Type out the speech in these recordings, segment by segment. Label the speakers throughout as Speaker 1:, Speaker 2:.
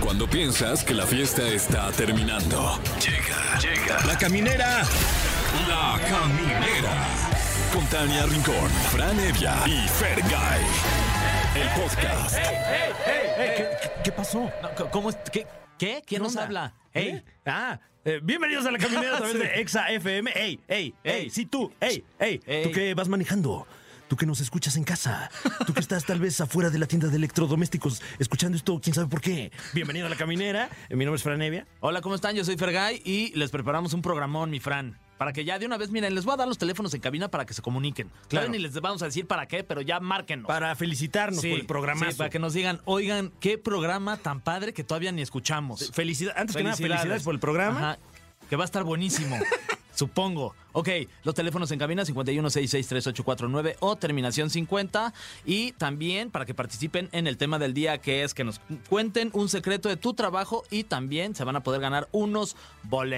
Speaker 1: Cuando piensas que la fiesta está terminando. Llega, llega. La caminera. La caminera. Con Tania Rincón, Fran Evia y Fergay. El podcast.
Speaker 2: ¿Qué, qué- qué pasó? No, c- ¿Cómo es? ¿Qué? ¿Qué? ¿Quién nos
Speaker 3: onda?
Speaker 2: habla?
Speaker 3: Ey, ah, eh, bienvenidos a la caminera a través de Exa FM. Ey, ey,
Speaker 2: Ey.
Speaker 3: ey, sí tú, ey, ey,
Speaker 2: Ey.
Speaker 3: tú que vas manejando. Tú que nos escuchas en casa, tú que estás tal vez afuera de la tienda de electrodomésticos escuchando esto, quién sabe por qué. Bienvenido a la caminera, Eh, mi nombre es Fran Evia.
Speaker 2: Hola, ¿cómo están? Yo soy Fergay y les preparamos un programón, mi Fran. Para que ya de una vez, miren, les voy a dar los teléfonos en cabina para que se comuniquen. Claro.
Speaker 3: Claro.
Speaker 2: Ni les vamos a decir para qué, pero ya márquenos.
Speaker 3: Para felicitarnos
Speaker 2: Sí,
Speaker 3: por el programa.
Speaker 2: sí, para que nos digan, oigan, qué programa tan padre que todavía ni escuchamos.
Speaker 3: antes que nada, felicidades por el programa.
Speaker 2: Ajá, que va a estar buenísimo. Supongo. Ok, los teléfonos en cabina 51663849 o terminación 50. Y también para que participen en el tema del día, que es que nos cuenten un secreto de tu trabajo y también se van a poder ganar unos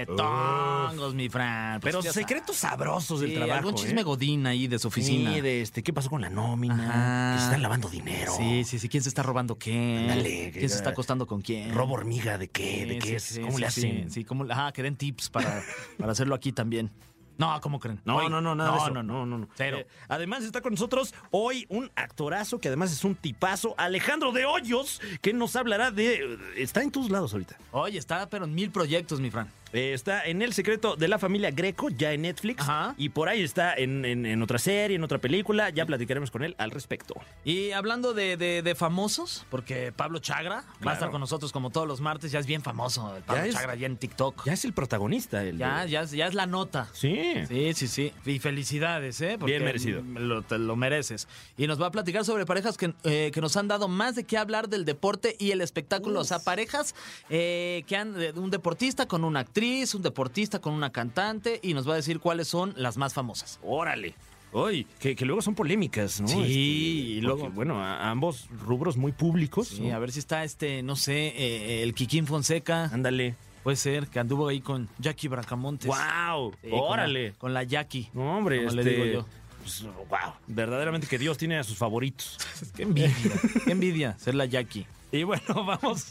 Speaker 2: boletongos, mi Fran. Pues
Speaker 3: Pero
Speaker 2: ya
Speaker 3: secretos sabrosos
Speaker 2: sabes.
Speaker 3: del
Speaker 2: Sí,
Speaker 3: trabajo.
Speaker 2: Algún chisme
Speaker 3: ¿eh?
Speaker 2: godín ahí de su oficina.
Speaker 3: Sí, de este, ¿qué pasó con la nómina?
Speaker 2: Ajá.
Speaker 3: Que se están lavando dinero.
Speaker 2: Sí, sí, sí. ¿Quién se está robando qué?
Speaker 3: Ándale, que
Speaker 2: ¿Quién se
Speaker 3: ya-
Speaker 2: está acostando con quién?
Speaker 3: ¿Robo hormiga de qué? Eh, ¿De
Speaker 2: Sí,
Speaker 3: qué
Speaker 2: sí,
Speaker 3: es?
Speaker 2: sí,
Speaker 3: ¿Cómo
Speaker 2: sí,
Speaker 3: le
Speaker 2: sí,
Speaker 3: hacen?
Speaker 2: Sí, ¿cómo le- ah, que den tips para, para hacerlo aquí también. No, ¿cómo creen?
Speaker 3: No,
Speaker 2: Oye,
Speaker 3: no, no, nada
Speaker 2: no,
Speaker 3: de
Speaker 2: no,
Speaker 3: eso.
Speaker 2: no, no, Cero.
Speaker 3: Eh, además está con nosotros hoy un actorazo que además es un tipazo, Alejandro de Hoyos, que nos hablará de... eh, Está en todos lados ahorita.
Speaker 2: Oye, está pero en mil proyectos, mi Fran.
Speaker 3: Eh, está en El secreto de la familia Greco, ya en Netflix.
Speaker 2: Ajá.
Speaker 3: Y por ahí está en, en- en otra serie, en otra película. Ya platicaremos con él al respecto.
Speaker 2: Y hablando de, de- de famosos, porque Pablo Chagra va a estar
Speaker 3: Claro.
Speaker 2: con nosotros como todos los martes, ya es bien famoso. El Pablo
Speaker 3: Ya es-
Speaker 2: Chagra ya en TikTok.
Speaker 3: Ya es el protagonista. El
Speaker 2: Ya,
Speaker 3: de-
Speaker 2: ya, es- ya es la nota.
Speaker 3: Sí.
Speaker 2: Sí, sí, sí. Y felicidades, ¿eh? Porque
Speaker 3: Bien merecido.
Speaker 2: Lo, te lo mereces. Y nos va a platicar sobre parejas que, eh, que nos han dado más de qué hablar del deporte y el espectáculo. O sea, parejas eh, que han. de un deportista con una actriz, un deportista con una cantante, y nos va a decir cuáles son las más famosas.
Speaker 3: Órale. Hoy, que, que luego son polémicas, ¿no?
Speaker 2: Sí,
Speaker 3: Este,
Speaker 2: y luego-
Speaker 3: porque, bueno, a- ambos rubros muy públicos.
Speaker 2: Sí,
Speaker 3: ¿no?
Speaker 2: a ver si está este, no sé, eh, el Kikín Fonseca.
Speaker 3: Ándale.
Speaker 2: Puede ser que anduvo ahí con Jackie Bracamontes.
Speaker 3: ¡Wow!
Speaker 2: Sí, con la-
Speaker 3: ¡Órale!
Speaker 2: Con la, Jackie.
Speaker 3: No, hombre,
Speaker 2: Como
Speaker 3: este,
Speaker 2: le digo yo.
Speaker 3: pues, wow, verdaderamente que Dios tiene a sus favoritos.
Speaker 2: Qué envidia. qué envidia ser la Jackie.
Speaker 3: Y bueno, vamos,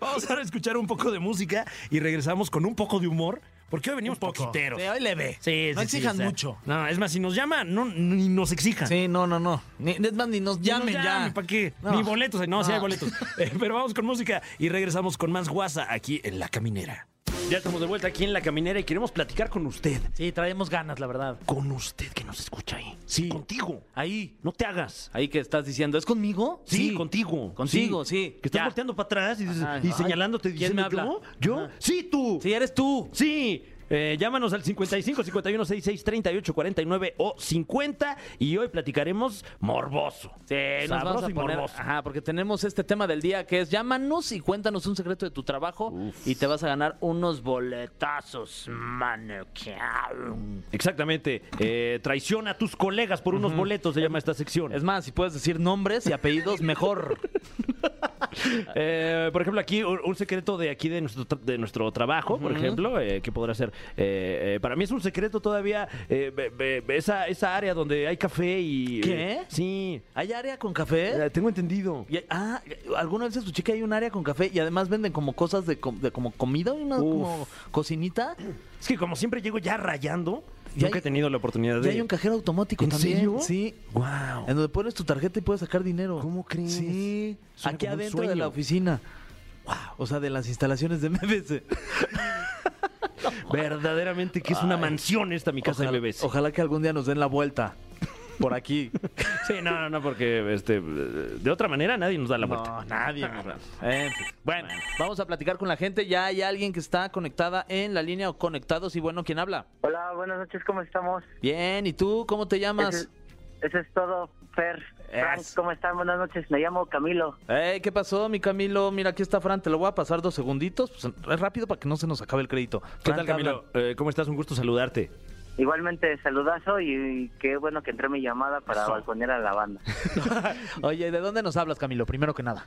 Speaker 3: vamos ahora a escuchar un poco de música y regresamos con un poco de humor, porque hoy venimos poquiteros.
Speaker 2: Sí, hoy le ve.
Speaker 3: Sí,
Speaker 2: no
Speaker 3: sí, sí,
Speaker 2: exijan
Speaker 3: o sea,
Speaker 2: mucho.
Speaker 3: No, es más, si nos llama, no, ni nos exijan.
Speaker 2: Sí, no, no, no. Ni, es más, ni nos
Speaker 3: Ni nos
Speaker 2: llamen ya.
Speaker 3: ¿Para qué?
Speaker 2: No.
Speaker 3: Ni boletos. No, sí
Speaker 2: No.
Speaker 3: hay boletos. Eh, Pero vamos con música y regresamos con más guasa aquí en La Caminera. Ya estamos de vuelta aquí en La Caminera y queremos platicar con usted.
Speaker 2: Sí, traemos ganas, la verdad.
Speaker 3: Con usted que nos escucha ahí. Sí. Contigo.
Speaker 2: Ahí.
Speaker 3: No te hagas.
Speaker 2: Ahí que estás diciendo, ¿es conmigo?
Speaker 3: Sí, contigo.
Speaker 2: Contigo, sí.
Speaker 3: Que estás
Speaker 2: Ya.
Speaker 3: volteando para atrás y, dices-
Speaker 2: Ajá.
Speaker 3: y
Speaker 2: Ay,
Speaker 3: señalándote
Speaker 2: ¿quién
Speaker 3: diciendo,
Speaker 2: me habla?
Speaker 3: ¿Yo? ¿Yo?
Speaker 2: Ajá.
Speaker 3: Sí, tú.
Speaker 2: Sí, eres tú.
Speaker 3: Sí. Eh, llámanos al 55 51 66 38 49 o 50 y hoy platicaremos morboso. Sí,
Speaker 2: Eh, Nos vamos a
Speaker 3: y
Speaker 2: poner-
Speaker 3: morboso.
Speaker 2: Ajá, porque tenemos este tema del día que es llámanos y cuéntanos un secreto de tu trabajo y te vas a ganar unos boletazos, manequín.
Speaker 3: Exactamente. Eh, traiciona a tus colegas por unos boletos, se llama esta sección.
Speaker 2: Es más, si puedes decir nombres y apellidos, mejor.
Speaker 3: Eh, por ejemplo, aquí un, un secreto de aquí de nuestro, tra- de nuestro trabajo, por ejemplo, eh, que podrá ser. eh, eh, para mí es un secreto todavía eh, be- be- be- esa, esa área donde hay café y.
Speaker 2: ¿Qué?
Speaker 3: eh, sí.
Speaker 2: ¿Hay área con café?
Speaker 3: Eh, tengo entendido.
Speaker 2: Y hay- ah, alguna vez escuché que hay un área con café y además venden como cosas de, com- de como comida, una
Speaker 3: Uf.
Speaker 2: como cocinita.
Speaker 3: Es que como siempre llego ya rayando,
Speaker 2: Y
Speaker 3: nunca
Speaker 2: hay-
Speaker 3: he tenido la oportunidad
Speaker 2: Y
Speaker 3: de.
Speaker 2: hay un cajero automático
Speaker 3: ¿En
Speaker 2: también.
Speaker 3: serio?
Speaker 2: Sí.
Speaker 3: ¡Wow!
Speaker 2: En donde pones tu tarjeta y puedes sacar dinero.
Speaker 3: ¿Cómo crees?
Speaker 2: Sí.
Speaker 3: Suena
Speaker 2: Aquí
Speaker 3: como un
Speaker 2: adentro de la
Speaker 3: sueño.
Speaker 2: oficina. Wow. O sea, de las instalaciones de MBC.
Speaker 3: Verdaderamente que es una
Speaker 2: Ay.
Speaker 3: mansión esta mi casa
Speaker 2: ojalá,
Speaker 3: de bebés.
Speaker 2: Ojalá que algún día nos den la vuelta. Por aquí.
Speaker 3: Sí, no, no, no, porque este, eh, de otra manera nadie nos da la vuelta.
Speaker 2: No, nadie. mi hermano. En fin. bueno, vamos a platicar con la gente. Ya hay alguien que está conectada en la línea o conectados. Y bueno, ¿quién habla?
Speaker 4: Hola, buenas noches, ¿cómo estamos?
Speaker 2: Bien, ¿y tú cómo te llamas?
Speaker 4: Eso, eso es todo, Fer. Frank,
Speaker 2: Es.
Speaker 4: ¿cómo están? Buenas noches, me llamo Camilo.
Speaker 2: Ey, ¿Qué pasó, mi Camilo? Mira, aquí está Fran. Te lo voy a pasar dos segunditos. Pues, es rápido para que no se nos acabe el crédito.
Speaker 3: ¿Qué
Speaker 2: Fran,
Speaker 3: tal,
Speaker 2: te hablan.
Speaker 3: Camilo? Eh, ¿Cómo estás? Un gusto saludarte.
Speaker 4: Igualmente, saludazo y qué bueno que entré mi llamada para balconear a la banda.
Speaker 2: Oye, ¿de dónde nos hablas, Camilo? Primero que nada.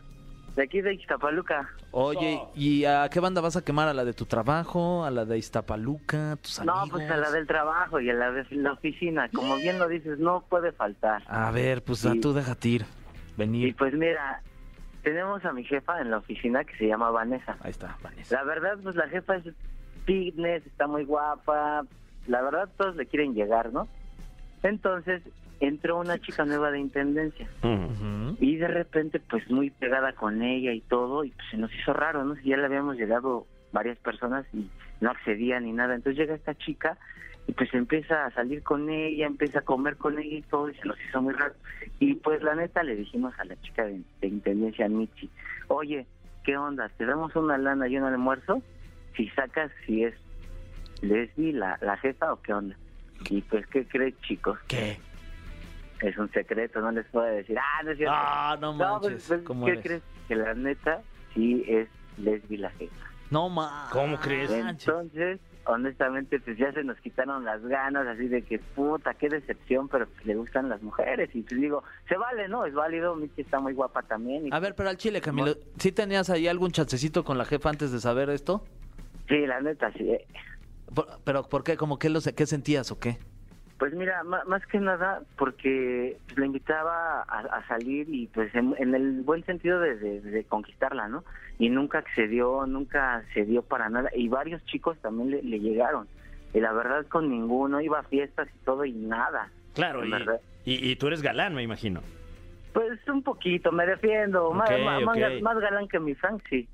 Speaker 4: De aquí de Iztapaluca.
Speaker 2: Oye,
Speaker 4: Oh.
Speaker 2: ¿y a qué banda vas a quemar? ¿A la de tu trabajo? ¿A la de Iztapaluca? ¿Tus amigos?
Speaker 4: No, pues a la del trabajo y a la de la oficina. Como bien
Speaker 2: Ah,
Speaker 4: lo dices, no puede faltar.
Speaker 2: A ver, pues a
Speaker 4: Sí.
Speaker 2: tú déjate ir.
Speaker 4: Y
Speaker 2: Venir.
Speaker 4: pues mira, Tenemos a mi jefa en la oficina que se llama Vanessa.
Speaker 2: Ahí está, Vanessa.
Speaker 4: La verdad, pues la jefa es fitness, está muy guapa. La verdad, todos le quieren llegar, ¿no? Entonces, entró una chica nueva de intendencia.
Speaker 2: Ujú.
Speaker 4: Y de repente, pues muy pegada con ella y todo, y pues, se nos hizo raro, ¿no? Ya le habíamos llegado varias personas y no accedía ni nada. Entonces llega esta chica y pues empieza a salir con ella, empieza a comer con ella y todo, y se nos hizo muy raro. Y pues la neta le dijimos a la chica de, de Intendencia, Michi, oye, ¿qué onda? ¿Te damos una lana y un almuerzo? Si sacas, si es Leslie la, la jefa o qué onda. Y pues, ¿qué crees, chicos?
Speaker 2: ¿Qué?
Speaker 4: Es un secreto, no les puedo decir, ah, no es cierto.
Speaker 2: Ah, no
Speaker 4: No,
Speaker 2: manches.
Speaker 4: pues, pues,
Speaker 2: ¿Cómo
Speaker 4: ¿qué
Speaker 2: eres?
Speaker 4: crees? Que la neta sí es lesbi la jefa.
Speaker 2: No manches.
Speaker 3: ¿Cómo crees?
Speaker 4: Entonces, honestamente, pues ya se nos quitaron las ganas, así de que puta, qué decepción, pero pues, le gustan las mujeres. Y pues digo, se vale, ¿no? Es válido, Michi está muy guapa también. y-
Speaker 2: A ver, pero al chile, Camilo, ¿sí tenías ahí algún chancecito con la jefa antes de saber esto?
Speaker 4: Sí, la neta, sí. eh.
Speaker 2: Por- ¿Pero por qué? ¿Cómo qué, lo, qué sentías o qué?
Speaker 4: Pues mira, ma- más que nada porque pues, la invitaba a, a salir y pues en, en el buen sentido de, de- de conquistarla, ¿no? Y nunca accedió, nunca cedió para nada. Y varios chicos también le, le llegaron. Y la verdad con ninguno, iba a fiestas y todo y nada.
Speaker 3: Claro,
Speaker 4: En
Speaker 3: y,
Speaker 4: verdad.
Speaker 3: y- y tú eres galán, me imagino.
Speaker 4: Pues un poquito, me defiendo. Más-
Speaker 3: Ok,
Speaker 4: más, más
Speaker 3: ok.
Speaker 4: gal- más galán que mi Frank, sí.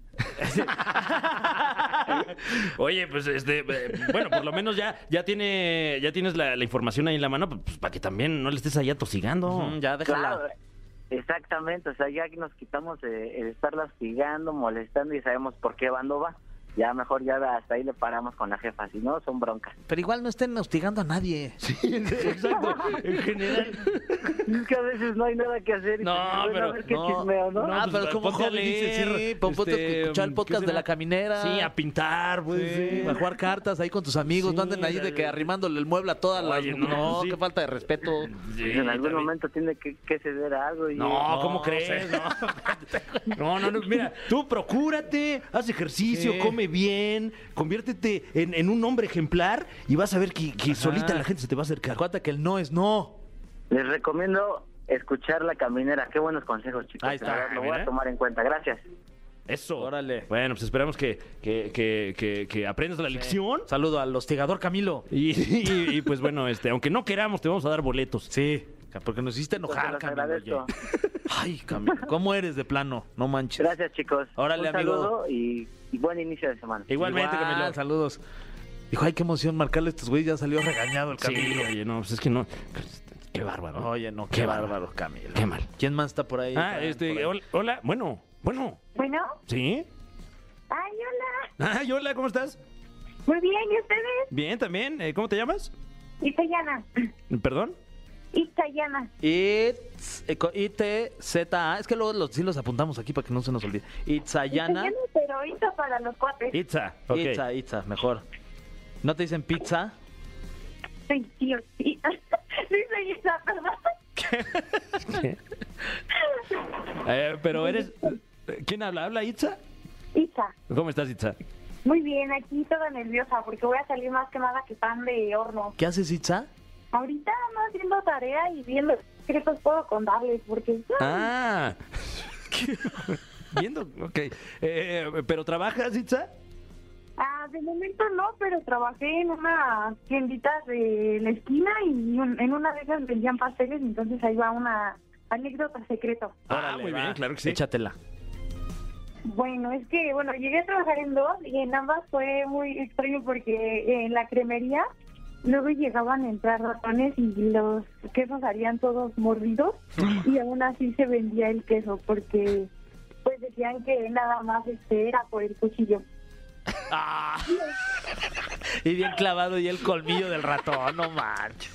Speaker 3: Oye, pues este, eh, bueno, por lo menos ya, ya tiene, ya tienes la, la información ahí en la mano, pues para que también no le estés ahí atosigando.
Speaker 2: Mm, ya, déjala.
Speaker 4: Claro, exactamente. O sea, ya que nos quitamos de, el estar lastigando, molestando y sabemos por qué bando va. Ya mejor ya hasta ahí le paramos con la jefa, si no son broncas.
Speaker 2: Pero igual no estén hostigando a nadie.
Speaker 3: Exacto. En general.
Speaker 4: Es que a veces no hay nada que hacer. y
Speaker 3: No,
Speaker 4: pues, bueno,
Speaker 3: pero
Speaker 4: a ver qué chismeo, ¿no?
Speaker 3: no,
Speaker 2: ah,
Speaker 3: pues,
Speaker 2: pero como
Speaker 3: ponte a leer,
Speaker 2: joven, ponte a
Speaker 3: este,
Speaker 2: escuchar el
Speaker 3: ¿qué
Speaker 2: podcast de
Speaker 3: será?
Speaker 2: la caminera.
Speaker 3: Sí, a pintar, pues. sí.
Speaker 2: A jugar cartas ahí con tus amigos,
Speaker 3: Sí,
Speaker 2: no anden ahí de que
Speaker 3: dale.
Speaker 2: arrimándole el mueble a todas las...
Speaker 3: Oye,
Speaker 2: no,
Speaker 3: no, sí.
Speaker 2: qué falta de respeto.
Speaker 3: Sí,
Speaker 4: Pues en algún
Speaker 3: también.
Speaker 4: momento tiene que, que ceder a algo. Y,
Speaker 3: No, ¿cómo
Speaker 2: No,
Speaker 3: crees? No. no, no, no, mira, tú procúrate, haz ejercicio,
Speaker 2: Sí.
Speaker 3: come bien, conviértete en, en un hombre ejemplar y vas a ver que, que solita la gente se te va a acercar.
Speaker 2: Acuérdate que el no es no.
Speaker 4: Les recomiendo escuchar la caminera. Qué buenos consejos, chicos.
Speaker 2: Ahí está,
Speaker 4: La verdad, lo voy
Speaker 3: Caminera.
Speaker 4: a tomar en cuenta. Gracias.
Speaker 3: Eso.
Speaker 2: Órale.
Speaker 3: Bueno, pues esperamos que, que, que- que- que aprendas la lección.
Speaker 2: Saludo al hostigador Camilo.
Speaker 3: Y, y- y, pues bueno, este, aunque no queramos, te vamos a dar boletos.
Speaker 2: Sí, porque nos hiciste
Speaker 4: Entonces,
Speaker 2: enojar,
Speaker 4: los
Speaker 2: Camilo.
Speaker 4: agradezco.
Speaker 2: oye. Ay, Camilo, ¿cómo eres de plano? No manches.
Speaker 4: Gracias, chicos.
Speaker 2: Órale,
Speaker 4: Un
Speaker 2: amigo.
Speaker 4: saludo y, y buen inicio de semana.
Speaker 3: Igualmente,
Speaker 2: Igual,
Speaker 3: Camilo.
Speaker 2: saludos. Dijo, ay, qué emoción marcarle a estos güeyes, ya salió regañado el
Speaker 3: Sí,
Speaker 2: Camilo.
Speaker 3: oye, no, pues es que no. Qué bárbaro.
Speaker 2: Oye, no, qué,
Speaker 3: Qué
Speaker 2: bárbaro,
Speaker 3: bárbaro.
Speaker 2: Camilo.
Speaker 3: Qué mal.
Speaker 2: ¿Quién más está por ahí?
Speaker 3: Ah,
Speaker 2: Fran, por ahí?
Speaker 3: este, hola, hola, bueno, bueno,
Speaker 5: Bueno,
Speaker 3: ¿sí?
Speaker 5: ay, hola.
Speaker 3: Ay, hola, ¿cómo estás?
Speaker 5: Muy bien, ¿y ustedes?
Speaker 3: Bien, también. Eh, ¿Cómo te llamas?
Speaker 5: Italiana.
Speaker 3: ¿Perdón?
Speaker 5: Italiana.
Speaker 2: It's- eh, co- I-T-Z-A. Es que luego los, sí los apuntamos aquí para que no se nos olvide. Itzayana.
Speaker 5: Italiana, pero ita para los cuates.
Speaker 3: Itza. Ok.
Speaker 2: Itza, Itza, mejor. ¿No te dicen pizza?
Speaker 5: Sí, tío. Sí, soy Itza, perdón.
Speaker 3: Eh, pero eres... ¿Quién habla? ¿Habla Itza?
Speaker 5: Itza.
Speaker 3: ¿Cómo estás, Itza?
Speaker 5: Muy bien, aquí toda nerviosa porque voy a salir más que nada que pan de horno.
Speaker 2: ¿Qué haces, Itza?
Speaker 5: Ahorita más viendo tarea y viendo qué secretos puedo contarles porque...
Speaker 3: Ah. Viendo, ok. Eh, ¿Pero trabajas, Itza?
Speaker 5: Ah, de momento no, pero trabajé en una tiendita de la esquina y un- en una de ellas vendían pasteles, entonces ahí va una anécdota secreto.
Speaker 3: ah, muy bien, claro que sí.
Speaker 2: Échatela.
Speaker 5: Bueno, es que, bueno, llegué a trabajar en dos y en ambas fue muy extraño porque en la cremería luego llegaban a entrar ratones y los quesos harían todos mordidos y aún así se vendía el queso porque pues decían que nada más este era por el cuchillo.
Speaker 2: Y bien clavado y el colmillo del ratón, no manches.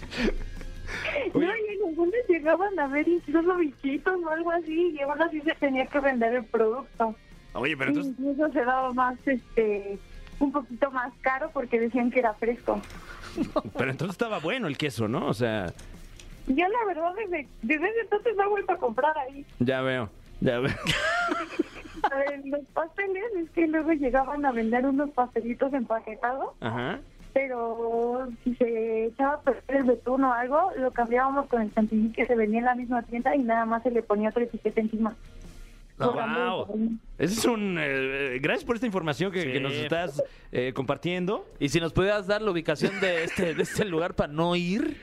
Speaker 5: No, y en algunos llegaban a ver incluso bichitos o algo así y aún así se tenía que vender el producto.
Speaker 3: Oye, pero
Speaker 5: Y
Speaker 3: entonces...
Speaker 5: incluso se daba más, este, un poquito más caro porque decían que era fresco.
Speaker 3: Pero entonces estaba bueno el queso, ¿no? O sea,
Speaker 5: Yo la verdad desde, desde ese entonces no he vuelto a comprar ahí.
Speaker 3: ya veo, ya veo.
Speaker 5: A ver, los pasteles es que luego llegaban a vender unos pastelitos empaquetados,
Speaker 3: Ajá.
Speaker 5: pero si se echaba a perder el betún o algo, lo cambiábamos con el chantilly que se vendía en la misma tienda y nada más se le ponía otro etiqueta encima.
Speaker 3: Wow.
Speaker 5: Programas.
Speaker 3: Ese es un. eh, gracias por esta información que,
Speaker 2: Sí.
Speaker 3: que nos estás eh, compartiendo.
Speaker 2: Y si nos pudieras dar la ubicación de este, de este lugar para no ir.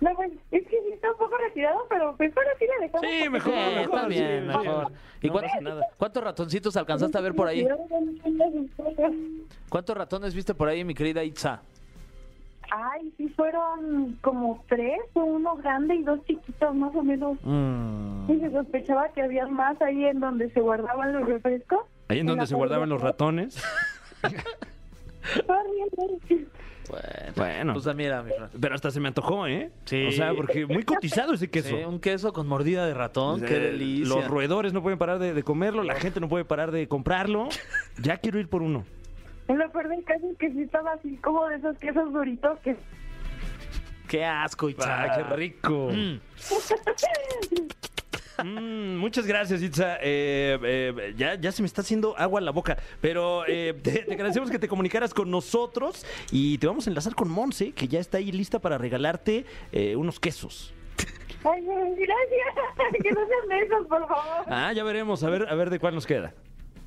Speaker 5: No, pues, es que sí está un poco retirado, pero mejor así la dejamos.
Speaker 3: Sí,
Speaker 5: porque
Speaker 3: mejor,
Speaker 5: sí,
Speaker 2: Eh, está
Speaker 3: mejor,
Speaker 2: bien,
Speaker 3: sí,
Speaker 2: mejor.
Speaker 3: sí.
Speaker 2: ¿Y
Speaker 3: No
Speaker 2: cuántos-
Speaker 3: pasa nada.
Speaker 2: cuántos ratoncitos alcanzaste a ver por ahí? ¿Cuántos ratones viste por ahí, mi querida Itza?
Speaker 5: Ay, sí, fueron como tres, uno grande y dos chiquitos más o menos.
Speaker 3: Mm.
Speaker 5: Y se sospechaba que había más ahí en donde se guardaban los refrescos.
Speaker 3: Ahí en donde
Speaker 5: la
Speaker 3: se guardaban los
Speaker 5: pared.
Speaker 3: ratones.
Speaker 5: Estaba bien,
Speaker 2: Bueno.
Speaker 3: Bueno.
Speaker 2: Pues mira, mi Fran.
Speaker 3: Pero hasta se me antojó, ¿eh?
Speaker 2: Sí.
Speaker 3: O sea, porque muy cotizado ese queso.
Speaker 2: Sí, un queso con mordida de ratón,
Speaker 3: Eh,
Speaker 2: qué delicia.
Speaker 3: Los roedores no pueden parar de, de comerlo, la gente no puede parar de comprarlo. Ya quiero ir por uno.
Speaker 5: bien. Lo peor del caso es que sí estaba así como de esos quesos duritos que...
Speaker 2: Qué asco, Itza.
Speaker 3: ¡Ah, qué rico!
Speaker 2: Mm.
Speaker 3: Mm, muchas gracias, Itza. Eh, eh, ya, ya se me está haciendo agua en la boca. Pero eh, te, te agradecemos que te comunicaras con nosotros y te vamos a enlazar con Monse, que ya está ahí lista para regalarte eh, unos quesos.
Speaker 5: Ay, gracias, que no sean de esos, por favor.
Speaker 3: Ah, ya veremos, a ver, a ver de cuál nos queda.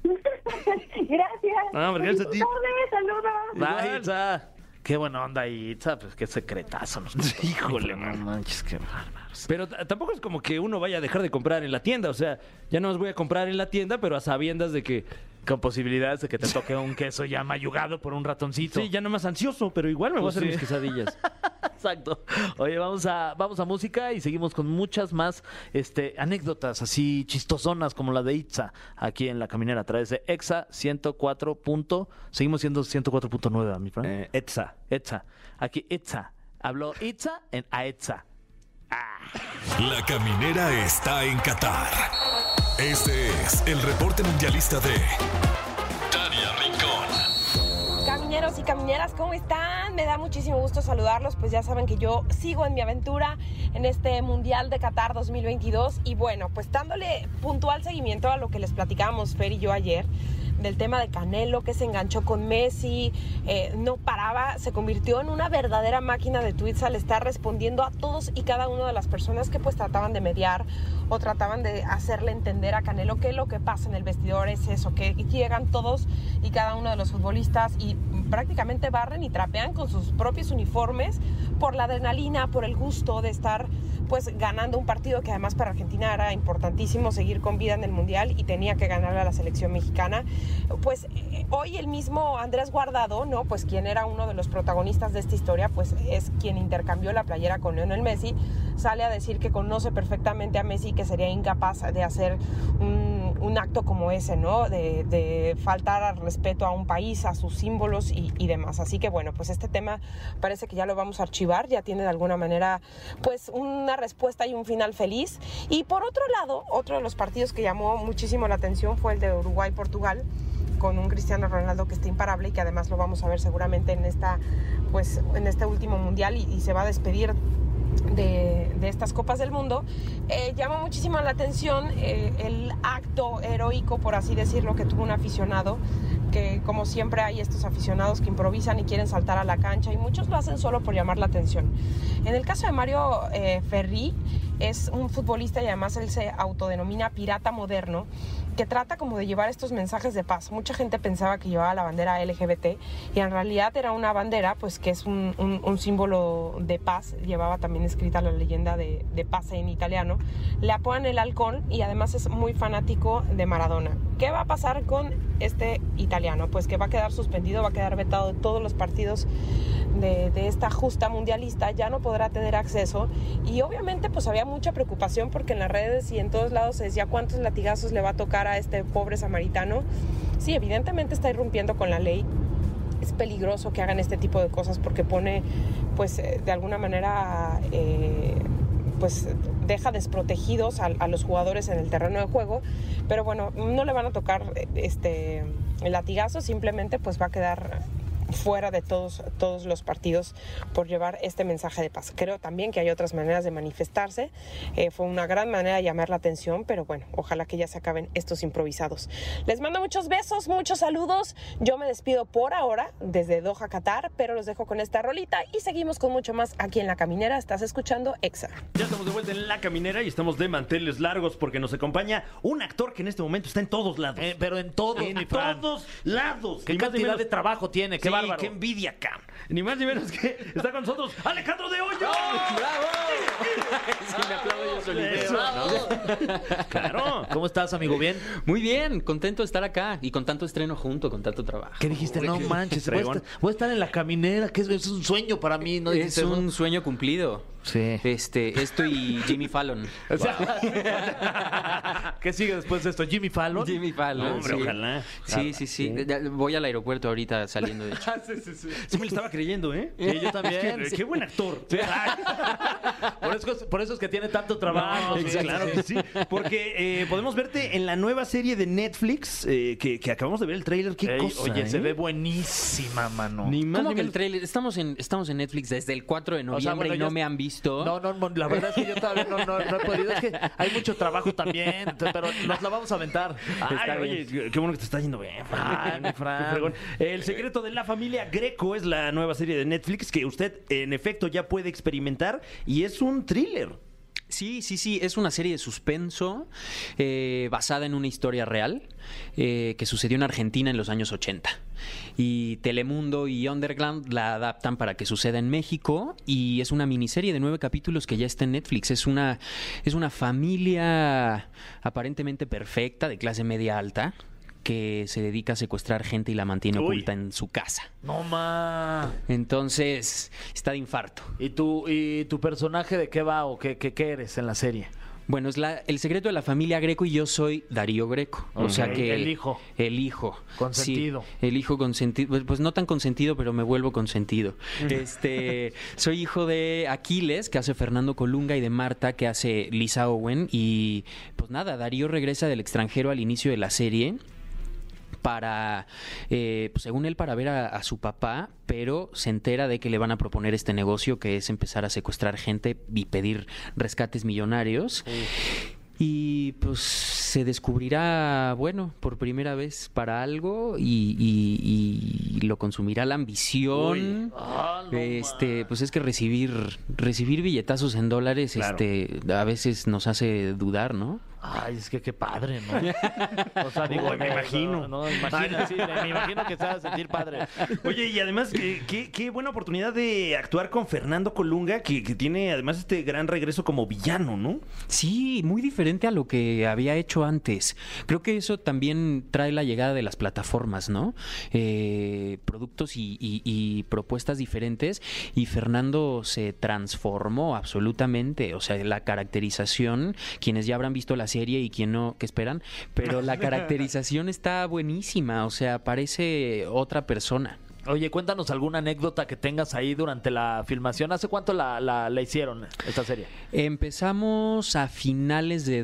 Speaker 5: Gracias.
Speaker 3: Ah, hombre, gracias a ti.
Speaker 5: Buenas tardes, saludos.
Speaker 2: Va,
Speaker 3: Igual.
Speaker 2: Itza. Qué buena onda, Itza. Pues qué secretazo. nos contó.
Speaker 3: Híjole,
Speaker 2: No
Speaker 3: man.
Speaker 2: manches, qué bárbaros.
Speaker 3: Pero t- tampoco es como que uno vaya a dejar de comprar en la tienda. O sea, ya no más voy a comprar en la tienda, pero a sabiendas de que.
Speaker 2: Con posibilidades de que te toque un queso ya mayugado por un ratoncito.
Speaker 3: Sí, ya no más ansioso, pero igual me voy a
Speaker 2: Pues
Speaker 3: hacer
Speaker 2: sí.
Speaker 3: mis quesadillas.
Speaker 2: Exacto. Oye, vamos a, vamos a música y seguimos con muchas más este, anécdotas así chistosonas como la de Itza aquí en La Caminera a través de EXA 104. punto- seguimos siendo 104.9, mi Fran.
Speaker 3: Eh, Etza.
Speaker 2: EXA. Aquí Itza. Habló Itza en AETSA.
Speaker 1: La caminera está en Qatar. Este es el reporte mundialista de Tania Rincón.
Speaker 6: Camineros y camineras, ¿cómo están? Me da muchísimo gusto saludarlos, pues ya saben que yo sigo en mi aventura en este Mundial de Qatar 2022 y bueno, pues dándole puntual seguimiento a lo que les platicábamos Fer y yo ayer del tema de Canelo que se enganchó con Messi, eh, no paraba, se convirtió en una verdadera máquina de tweets al estar respondiendo a todos y cada una de las personas que pues trataban de mediar o trataban de hacerle entender a Canelo que lo que pasa en el vestidor es eso, que llegan todos y cada uno de los futbolistas y prácticamente barren y trapean con sus propios uniformes por la adrenalina, por el gusto de estar pues ganando un partido que además para Argentina era importantísimo seguir con vida en el Mundial y tenía que ganar a la selección mexicana. Pues eh, hoy el mismo Andrés Guardado, ¿no? Pues quien era uno de los protagonistas de esta historia, pues es quien intercambió la playera con Lionel Messi, sale a decir que conoce perfectamente a Messi y que sería incapaz de hacer un, un acto como ese, ¿no? De, de faltar al respeto a un país, a sus símbolos y, y demás. Así que bueno, pues este tema parece que ya lo vamos a archivar, ya tiene de alguna manera pues una respuesta y un final feliz. Y por otro lado, otro de los partidos que llamó muchísimo la atención fue el de Uruguay-Portugal con un Cristiano Ronaldo que está imparable y que además lo vamos a ver seguramente en esta pues en este último mundial y, y se va a despedir de, de estas copas del mundo Eh, llamó muchísimo la atención eh, el acto heroico por así decirlo que tuvo un aficionado que como siempre hay estos aficionados que improvisan y quieren saltar a la cancha y muchos lo hacen solo por llamar la atención en el caso de Mario eh, Ferri es un futbolista y además él se autodenomina pirata moderno que trata como de llevar estos mensajes de paz. Mucha gente pensaba que llevaba la bandera LGBT y en realidad era una bandera pues que es un, un- un símbolo de paz. Llevaba también escrita la leyenda de, de paz en italiano. Le apodan el halcón y además es muy fanático de Maradona. ¿Qué va a pasar con este italiano? Pues que va a quedar suspendido, va a quedar vetado de todos los partidos de, de esta justa mundialista, ya no podrá tener acceso. Y obviamente pues había mucha preocupación porque en las redes y en todos lados se decía cuántos latigazos le va a tocar a este pobre samaritano. Sí, evidentemente está irrumpiendo con la ley. Es peligroso que hagan este tipo de cosas porque pone, pues, eh, de alguna manera, eh, pues, deja desprotegidos a, a los jugadores en el terreno de juego. Pero bueno, no le van a tocar eh, este el latigazo, simplemente pues va a quedar fuera de todos, todos los partidos por llevar este mensaje de paz. Creo también que hay otras maneras de manifestarse. Eh, fue una gran manera de llamar la atención, pero bueno, ojalá que ya se acaben estos improvisados. Les mando muchos besos, muchos saludos. Yo me despido por ahora desde Doha, Qatar, pero los dejo con esta rolita y seguimos con mucho más aquí en La Caminera. Estás escuchando EXA.
Speaker 3: Ya estamos de vuelta en La Caminera y estamos de manteles largos porque nos acompaña un actor que en este momento está en todos lados.
Speaker 2: Eh, pero en todo,
Speaker 3: en
Speaker 2: mi Fran.
Speaker 3: todos lados.
Speaker 2: ¿Qué
Speaker 3: Ni más ni
Speaker 2: cantidad
Speaker 3: menos-
Speaker 2: de trabajo tiene? ¡Qué
Speaker 3: Sí,
Speaker 2: bárbaro!
Speaker 3: ¡Qué envidia, Cam! Ni más ni menos que está con nosotros Alejandro de Hoyo.
Speaker 2: ¡Bravo! Sí, me aplaudo yo solito.
Speaker 3: Claro.
Speaker 2: ¿Cómo estás,
Speaker 3: Eh,
Speaker 2: amigo? ¿Bien?
Speaker 7: Muy bien, contento de estar acá y con tanto estreno junto, con tanto trabajo.
Speaker 2: ¿Qué dijiste? No manches, voy a,
Speaker 3: fregón.
Speaker 2: estar, voy a estar en la caminera, que es, es un sueño para mí. ¿no?
Speaker 7: Es
Speaker 2: Dijiste,
Speaker 7: un sueño cumplido.
Speaker 2: Sí.
Speaker 7: Este, esto y Jimmy Fallon.
Speaker 2: O sea, ¿Qué sigue después de esto? ¿Jimmy Fallon?
Speaker 7: Jimmy Fallon.
Speaker 3: No, hombre,
Speaker 7: sí.
Speaker 3: ojalá.
Speaker 7: Sí, sí, sí. Ya- Voy al aeropuerto ahorita saliendo de hecho.
Speaker 3: Sí me lo estaba creyendo, ¿eh?
Speaker 2: Sí, yo también.
Speaker 3: Qué, qué buen actor.
Speaker 2: Por, eso, por eso es que tiene tanto trabajo.
Speaker 3: No,
Speaker 2: sí,
Speaker 3: sí, claro
Speaker 2: sí.
Speaker 3: que sí. Porque eh, podemos verte en la nueva serie de Netflix eh, que, que acabamos de ver el tráiler. Qué
Speaker 2: Ey,
Speaker 3: cosa.
Speaker 2: oye, se
Speaker 3: ¿eh?
Speaker 2: ve buenísima, mano.
Speaker 3: Ni más
Speaker 7: ¿Cómo
Speaker 3: ni
Speaker 7: que el
Speaker 3: menos.
Speaker 7: trailer? Estamos en, estamos en Netflix desde el 4 de
Speaker 2: O
Speaker 7: noviembre
Speaker 2: sea, bueno,
Speaker 7: y no
Speaker 2: ya-
Speaker 7: me han visto.
Speaker 2: No, no, no, la verdad es que yo todavía no, no- no he podido. Es que hay mucho trabajo también, t- pero nos la vamos a aventar.
Speaker 3: Ay,
Speaker 7: Está
Speaker 3: oye, qué- qué bueno que te está yendo bien, Fran.
Speaker 2: Ay, mi Fran.
Speaker 3: Qué fregón. El secreto de la familia Greco es la nueva serie de Netflix que usted, en efecto, ya puede experimentar y es un thriller.
Speaker 7: Sí, sí, sí, es una serie de suspenso eh, basada en una historia real eh, que sucedió en Argentina en los años 80. Y Telemundo y Underground la adaptan para que suceda en México y es una miniserie de nueve capítulos que ya está en Netflix. Es una, es una familia aparentemente perfecta de clase media alta que se dedica a secuestrar gente y la mantiene
Speaker 3: Uy.
Speaker 7: oculta en su casa.
Speaker 2: No, ma.
Speaker 7: Entonces, está de infarto.
Speaker 2: ¿Y tu, ¿Y tu personaje de qué va o qué, qué, qué eres en la serie?
Speaker 7: Bueno, es la- el secreto de la familia Greco y yo soy Darío Greco. O sea
Speaker 2: Ok,
Speaker 7: que.
Speaker 2: el hijo.
Speaker 7: El hijo.
Speaker 2: Consentido.
Speaker 7: Sí, el hijo consentido. Pues, pues no tan consentido, pero me vuelvo consentido. este, soy hijo de Aquiles, que hace Fernando Colunga, y de Marta, que hace Lisa Owen. Y pues nada, Darío regresa del extranjero al inicio de la serie para, eh, pues, según él, para ver a, a su papá, pero se entera de que le van a proponer este negocio que es empezar a secuestrar gente y pedir rescates millonarios. Y pues se descubrirá, bueno, por primera vez para algo y, y- y lo consumirá la ambición. este, pues es que recibir, recibir billetazos en dólares,
Speaker 3: Claro.
Speaker 7: este, a veces nos hace dudar, ¿no?
Speaker 2: Ay, es que qué padre, ¿no? O sea, digo,
Speaker 3: Uy, me
Speaker 2: no,
Speaker 3: imagino.
Speaker 2: No, no, imagina, sí, me imagino que se va a sentir padre.
Speaker 3: Oye, y además, eh, qué, qué buena oportunidad de actuar con Fernando Colunga, que, que tiene además este gran regreso como villano, ¿no?
Speaker 7: Sí, muy diferente a lo que había hecho antes. Creo que eso también trae la llegada de las plataformas, ¿no? Eh, productos y, y- y propuestas diferentes. Y Fernando se transformó absolutamente. O sea, la caracterización, quienes ya habrán visto la serie y quien no, que esperan, pero la caracterización está buenísima. O sea, parece otra persona.
Speaker 2: Oye, cuéntanos alguna anécdota que tengas ahí durante la filmación. ¿Hace cuánto la, la, la hicieron esta serie?
Speaker 7: Empezamos a finales de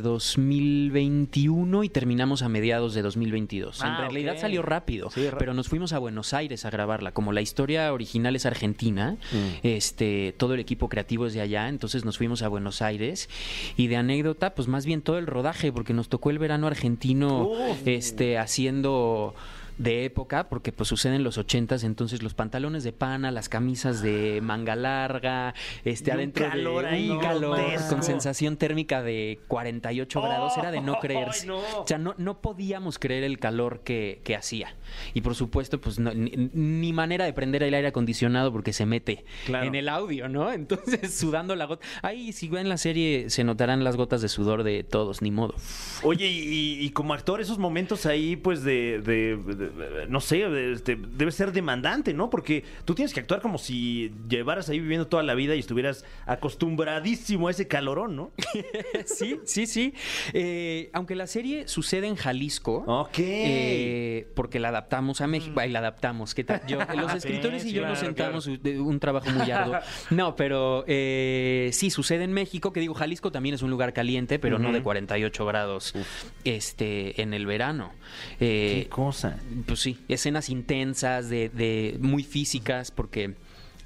Speaker 7: 2021 y terminamos a mediados de 2022.
Speaker 2: Ah,
Speaker 7: en realidad
Speaker 2: ok.
Speaker 7: salió rápido,
Speaker 2: Sí, ra-
Speaker 7: pero nos fuimos a Buenos Aires a grabarla. Como la historia original es argentina,
Speaker 2: Mm.
Speaker 7: este, todo el equipo creativo es de allá, entonces nos fuimos a Buenos Aires. Y de anécdota, pues más bien todo el rodaje, porque nos tocó el verano argentino este, haciendo de época, porque pues sucede en los ochentas, entonces los pantalones de pana, las camisas de manga larga, este
Speaker 3: Y un
Speaker 7: adentro
Speaker 3: calor
Speaker 7: de
Speaker 3: ahí,
Speaker 7: un calor
Speaker 3: grotesco.
Speaker 7: con sensación térmica de 48 grados, era de
Speaker 3: ¡Ay,
Speaker 7: no creerse.
Speaker 3: no!
Speaker 7: O sea, no, no podíamos creer el calor que, que hacía. Y por supuesto, pues no- ni, ni manera de prender el aire acondicionado porque se mete
Speaker 3: Claro.
Speaker 7: en el audio, ¿no? Entonces, sudando la gota. Ahí, si ven la serie, se notarán las gotas de sudor de todos, ni modo.
Speaker 3: Oye, y, y como actor, esos momentos ahí, pues de. de- de- de- no sé, de- este, debe ser demandante, ¿no? Porque tú tienes que actuar como si llevaras ahí viviendo toda la vida y estuvieras acostumbradísimo a ese calorón, ¿no?
Speaker 7: sí, sí, sí. Eh, aunque la serie sucede en Jalisco.
Speaker 3: Ok. Mm.
Speaker 7: eh, porque la adaptamos a México. Ay, la adaptamos. ¿Qué tal? Yo- los escritores y yo nos sentamos u- de- un trabajo muy arduo. No, pero eh, sí, sucede en México, que digo, Jalisco también es un lugar caliente, pero no de 48 grados este, en el verano. Eh,
Speaker 3: Qué cosa.
Speaker 7: pues sí, escenas intensas, de, de muy físicas, porque,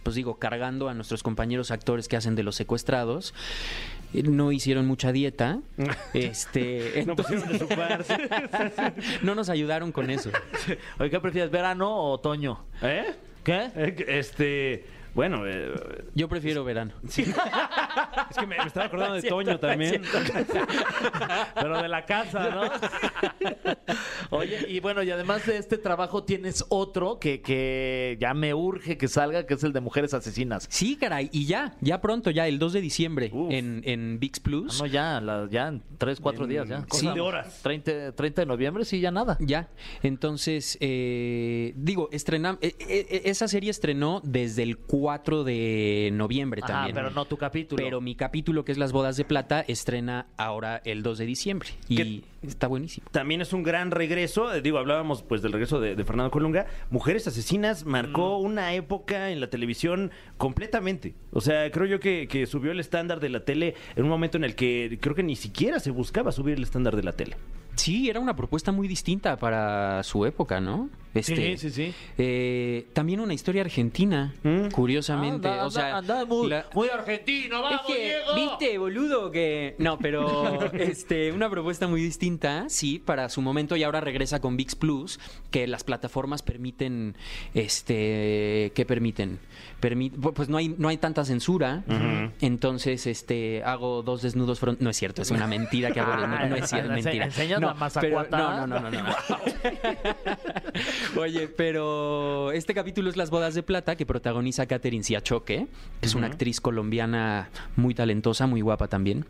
Speaker 7: pues digo, cargando a nuestros compañeros actores que hacen de los secuestrados, eh, no hicieron mucha dieta. este,
Speaker 3: No
Speaker 2: pues
Speaker 3: pusieron de su parte.
Speaker 7: no nos ayudaron con eso.
Speaker 2: Oye, ¿qué prefieres, verano o otoño?
Speaker 3: ¿Eh?
Speaker 2: ¿Qué?
Speaker 3: Eh, Este. Bueno, eh,
Speaker 7: Yo prefiero verano.
Speaker 3: es que me, me estaba acordando de
Speaker 2: Es cierto,
Speaker 3: Toño
Speaker 2: es
Speaker 3: también.
Speaker 2: Pero de la casa, ¿no? Oye, y bueno, y además de este trabajo tienes otro que, que ya me urge que salga, que es el de mujeres asesinas.
Speaker 7: Sí, caray, y ya, ya pronto, ya el 2 de diciembre
Speaker 3: Uf.
Speaker 7: en, en VIX
Speaker 2: Ah,
Speaker 7: Plus.
Speaker 2: no, ya, la- ya en tres, cuatro
Speaker 3: En
Speaker 2: días, ya.
Speaker 3: cosa de horas.
Speaker 2: 30, 30 de noviembre, sí, ya nada.
Speaker 7: Ya, entonces, eh, digo, estrenam eh, eh, eh, esa serie estrenó desde el 4 de noviembre
Speaker 2: Ajá,
Speaker 7: también.
Speaker 2: pero no tu capítulo.
Speaker 7: Pero mi capítulo, que es Las Bodas de Plata, estrena ahora el 2 de diciembre. Y está buenísimo.
Speaker 3: También es un gran regreso. eh, Digo, hablábamos pues del regreso de, de Fernando Colunga. Mujeres Asesinas
Speaker 7: Mm.
Speaker 3: marcó una época en la televisión completamente. O sea, creo yo que, que subió el estándar de la tele en un momento en el que creo que ni siquiera se buscaba subir el estándar de la tele.
Speaker 7: Sí, era una propuesta muy distinta para su época, ¿no?
Speaker 2: Sí,
Speaker 7: Este,
Speaker 2: sí, sí.
Speaker 7: eh, también una historia argentina,
Speaker 3: Mm.
Speaker 7: curiosamente.
Speaker 2: Anda,
Speaker 7: o sea,
Speaker 2: anda, anda muy,
Speaker 7: la-
Speaker 2: muy argentino,
Speaker 7: Es
Speaker 2: vamos,
Speaker 7: que,
Speaker 2: Diego.
Speaker 7: viste, boludo, que. No, pero este, una propuesta muy distinta, sí, para su momento y ahora regresa con VIX Plus, que las plataformas permiten, este, ¿qué permiten? Permi- pu- pues no hay, no hay tanta censura. Entonces, este, hago dos desnudos front. No es cierto, es una mentira que hago. desnudo, no, es cierto,
Speaker 2: Ah, Ense-
Speaker 7: mentira.
Speaker 2: enseñas
Speaker 7: no,
Speaker 2: la
Speaker 7: pero-
Speaker 2: mazacuata.
Speaker 7: no, no, no, no, no. Oye, pero este capítulo es Las Bodas de Plata, que protagoniza Catherine Siachoque, que es una actriz colombiana muy talentosa, muy guapa también.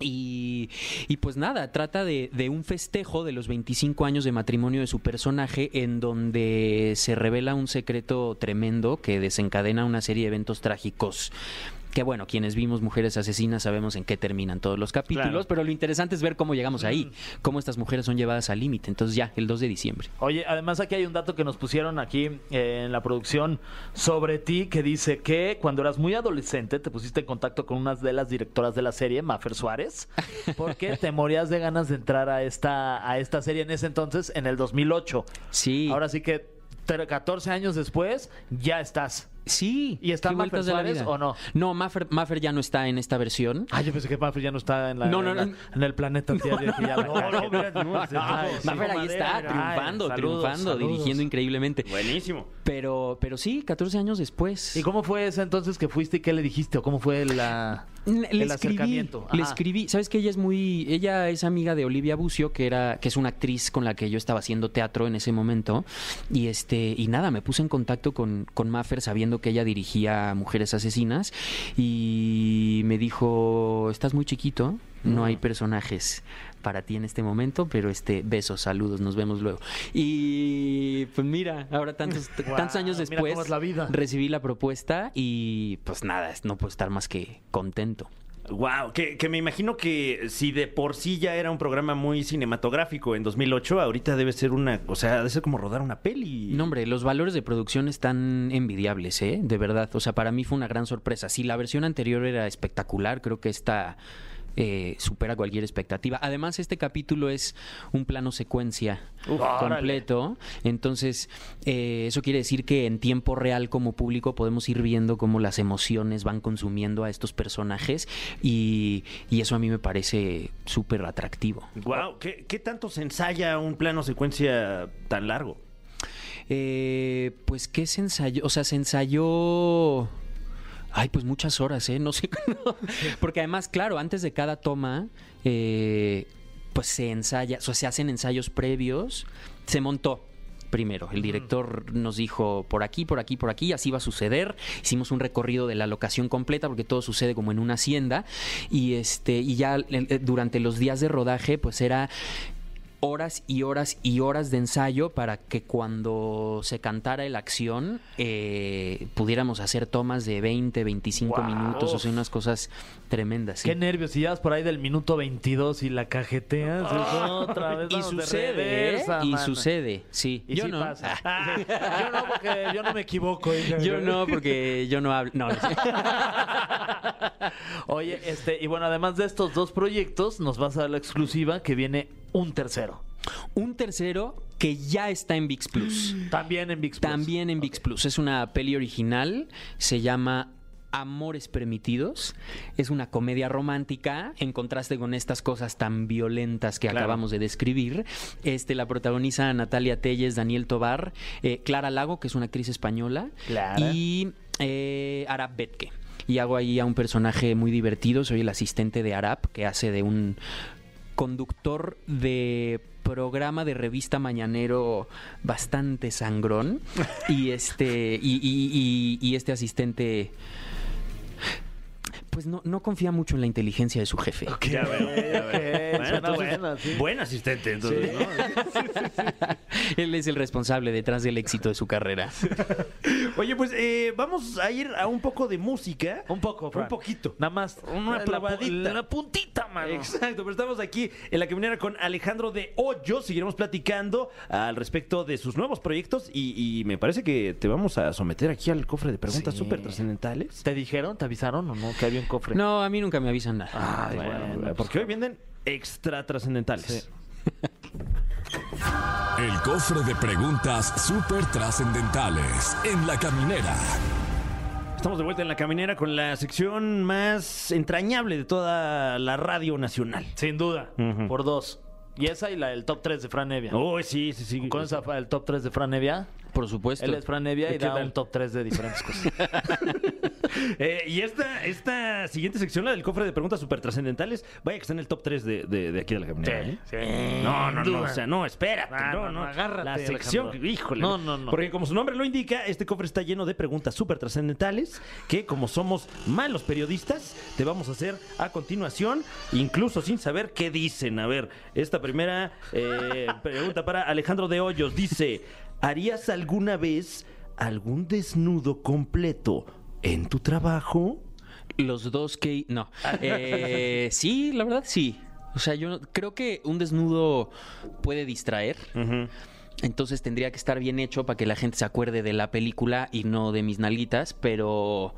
Speaker 7: Y, y pues nada, trata de, de un festejo de los 25 años de matrimonio de su personaje en donde se revela un secreto tremendo que desencadena una serie de eventos trágicos. Que bueno, quienes vimos Mujeres Asesinas sabemos en qué terminan todos los capítulos,
Speaker 3: Claro.
Speaker 7: pero lo interesante es ver cómo llegamos ahí,
Speaker 2: Mm.
Speaker 7: cómo estas mujeres son llevadas al límite. Entonces ya, el 2 de diciembre.
Speaker 2: Oye, además aquí hay un dato que nos pusieron aquí eh, en la producción sobre ti que dice que cuando eras muy adolescente te pusiste en contacto con una de las directoras de la serie, Mafer Suárez, porque te morías de ganas de entrar a esta, a esta serie en ese entonces, en el 2008.
Speaker 7: Sí.
Speaker 2: Ahora sí que tre- 14 años después ya estás.
Speaker 7: Sí.
Speaker 2: ¿Y está
Speaker 7: qué
Speaker 2: Mafer
Speaker 7: vueltas de la
Speaker 2: Suárez
Speaker 7: vida.
Speaker 2: o no?
Speaker 7: No, Maffer, Maffer ya no está en esta versión.
Speaker 2: Ah, yo pensé que Mafer ya no está en, la-
Speaker 7: No, no,
Speaker 2: en la-
Speaker 7: no.
Speaker 2: en el planeta Tierra. y dije, ya la
Speaker 3: No, no, mira, no,
Speaker 2: Ay,
Speaker 3: se estuvo-
Speaker 2: sí.
Speaker 7: Maffer ahí está,
Speaker 2: Madera,
Speaker 7: triunfando,
Speaker 2: ay, saludos,
Speaker 7: triunfando,
Speaker 2: saludos.
Speaker 7: dirigiendo increíblemente.
Speaker 3: Buenísimo.
Speaker 7: Pero, pero sí, 14 años después.
Speaker 2: ¿Y cómo fue ese entonces que fuiste y qué le dijiste? ¿O cómo fue la,
Speaker 7: N-
Speaker 2: el
Speaker 7: le escribí,
Speaker 2: acercamiento?
Speaker 7: le
Speaker 2: Ajá.
Speaker 7: escribí, sabes que ella es muy, ella es amiga de Olivia Bucio, que era, que es una actriz con la que yo estaba haciendo teatro en ese momento, y este, y nada, me puse en contacto con, con Maffer sabiendo que ella dirigía Mujeres Asesinas, y me dijo, estás muy chiquito,
Speaker 2: Mm.
Speaker 7: no hay personajes para ti en este momento, pero este, besos, saludos, nos vemos luego. Y pues mira, ahora tantos, tantos años
Speaker 2: Mira
Speaker 7: después,
Speaker 2: cómo es la vida.
Speaker 7: recibí la propuesta y pues nada, no puedo estar más que contento.
Speaker 3: Wow, que, que me imagino que si de por sí ya era un programa muy cinematográfico en 2008, ahorita debe ser una, o sea, debe ser como rodar una peli.
Speaker 7: No, hombre, los valores de producción están envidiables, ¿eh? De verdad. O sea, para mí fue una gran sorpresa. Si la versión anterior era espectacular, creo que esta eh, supera cualquier expectativa. Además, este capítulo es un plano secuencia
Speaker 2: Uf,
Speaker 7: completo. Entonces, eh, eso quiere decir que en tiempo real, como público, podemos ir viendo cómo las emociones van consumiendo a estos personajes. Y, y eso a mí me parece súper atractivo.
Speaker 3: Wow, ¿qué, qué tanto se ensaya un plano secuencia tan largo?
Speaker 7: Eh, pues, ¿qué se ensayó? O sea, se ensayó. Ay, pues muchas horas, ¿eh? No sé. no. Porque además, claro, antes de cada toma, eh, pues se ensaya, o sea, se hacen ensayos previos. Se montó primero. El director nos dijo por aquí, por aquí, por aquí, así va a suceder. Hicimos un recorrido de la locación completa porque todo sucede como en una hacienda. Y este, y ya eh, durante los días de rodaje, pues era horas y horas y horas de ensayo para que cuando se cantara la acción eh, pudiéramos hacer tomas de 20, 25
Speaker 2: Wow.
Speaker 7: minutos, o sea, unas cosas tremendas. sí.
Speaker 2: Qué nervios, si llevas por ahí del minuto 22 y la cajeteas, es otra vez
Speaker 7: Ah. y
Speaker 2: vamos de
Speaker 7: sucede, ¿eh?
Speaker 2: reversa,
Speaker 7: y
Speaker 2: mano.
Speaker 7: sucede, sí.
Speaker 2: Y
Speaker 7: yo
Speaker 2: sí
Speaker 7: no.
Speaker 2: pasa.
Speaker 7: Ah,
Speaker 2: yo no, porque yo no me equivoco. hija.
Speaker 7: yo no, porque yo no hablo. No, no sé.
Speaker 2: Oye, este, y bueno, además de estos dos proyectos, nos vas a dar la exclusiva que viene un tercero.
Speaker 7: Un tercero que ya está en VIX Plus.
Speaker 2: También en VIX Plus.
Speaker 7: También en VIX Plus. Es una peli original, se llama Amores Permitidos. Es una comedia romántica en contraste con estas cosas tan violentas que acabamos de describir. Este, la protagoniza Natalia Telles, Daniel Tobar, eh, Clara Lago, que es una actriz española,
Speaker 3: Clara.
Speaker 7: y eh, Arab Betke. Y hago ahí a un personaje muy divertido. Soy el asistente de Arab, que hace de un conductor de programa de revista mañanero bastante sangrón y este y, y- y- y este asistente pues no, no confía mucho en la inteligencia de su jefe
Speaker 3: Ya veo, ya veo. Bueno,
Speaker 8: suena
Speaker 3: entonces,
Speaker 8: buena, sí.
Speaker 3: Buen asistente, entonces, ¿no?
Speaker 7: él es el responsable detrás del éxito de su carrera
Speaker 3: Oye, pues eh, vamos a ir a un poco de música.
Speaker 2: Un poco, Fran.
Speaker 3: Un poquito.
Speaker 2: Nada más. Una,
Speaker 3: Una
Speaker 2: clavadita.
Speaker 3: lavadita.
Speaker 2: Una puntita, mano.
Speaker 3: Exacto, pero estamos aquí en la caminera con Alejandro de Hoyo. Seguiremos platicando al respecto de sus nuevos proyectos y, y me parece que te vamos a someter aquí al cofre de preguntas
Speaker 2: Sí.
Speaker 3: súper trascendentales.
Speaker 8: ¿Te dijeron? ¿Te avisaron o no? Que había un cofre.
Speaker 7: no a mí nunca me avisan nada
Speaker 8: Ay,
Speaker 3: Bueno,
Speaker 2: pues,
Speaker 8: bueno,
Speaker 3: porque hoy vienen extra trascendentales.
Speaker 1: El cofre de preguntas súper trascendentales en la caminera.
Speaker 3: Estamos de vuelta en la caminera con la sección más entrañable de toda la radio nacional.
Speaker 2: Sin duda.
Speaker 3: Ujú.
Speaker 2: Por dos. Y esa y la del top 3 de Fran Evia.
Speaker 3: Oh, sí, sí, sí.
Speaker 2: ¿Conoces a Fra- el top 3 de Fran Evia?
Speaker 7: por supuesto
Speaker 2: Él es Fran Evia y
Speaker 3: ¿Qué
Speaker 2: da
Speaker 3: tal?
Speaker 2: un top 3 de diferentes cosas.
Speaker 3: Eh, y esta, esta siguiente sección, la del cofre de preguntas súper trascendentales, vaya que está en el top 3 de, de- de aquí de la caminera. ¿eh? No, no, no, o sea, no, espérate,
Speaker 2: Ah,
Speaker 3: no,
Speaker 2: no,
Speaker 3: no,
Speaker 2: no, agárrate,
Speaker 3: La sección,
Speaker 2: Alejandro.
Speaker 3: híjole.
Speaker 2: No, no, no.
Speaker 3: Porque como su nombre lo indica, este cofre está lleno de preguntas súper trascendentales que como somos malos periodistas, te vamos a hacer a continuación, incluso sin saber qué dicen. A ver, esta primera eh, pregunta para Alejandro de Hoyos dice, ¿harías alguna vez algún desnudo completo en tu trabajo?
Speaker 7: Los dos que... No. Eh, sí, la verdad sí. O sea, yo no- creo que un desnudo puede distraer. Entonces tendría que estar bien hecho para que la gente se acuerde de la película y no de mis nalguitas, pero...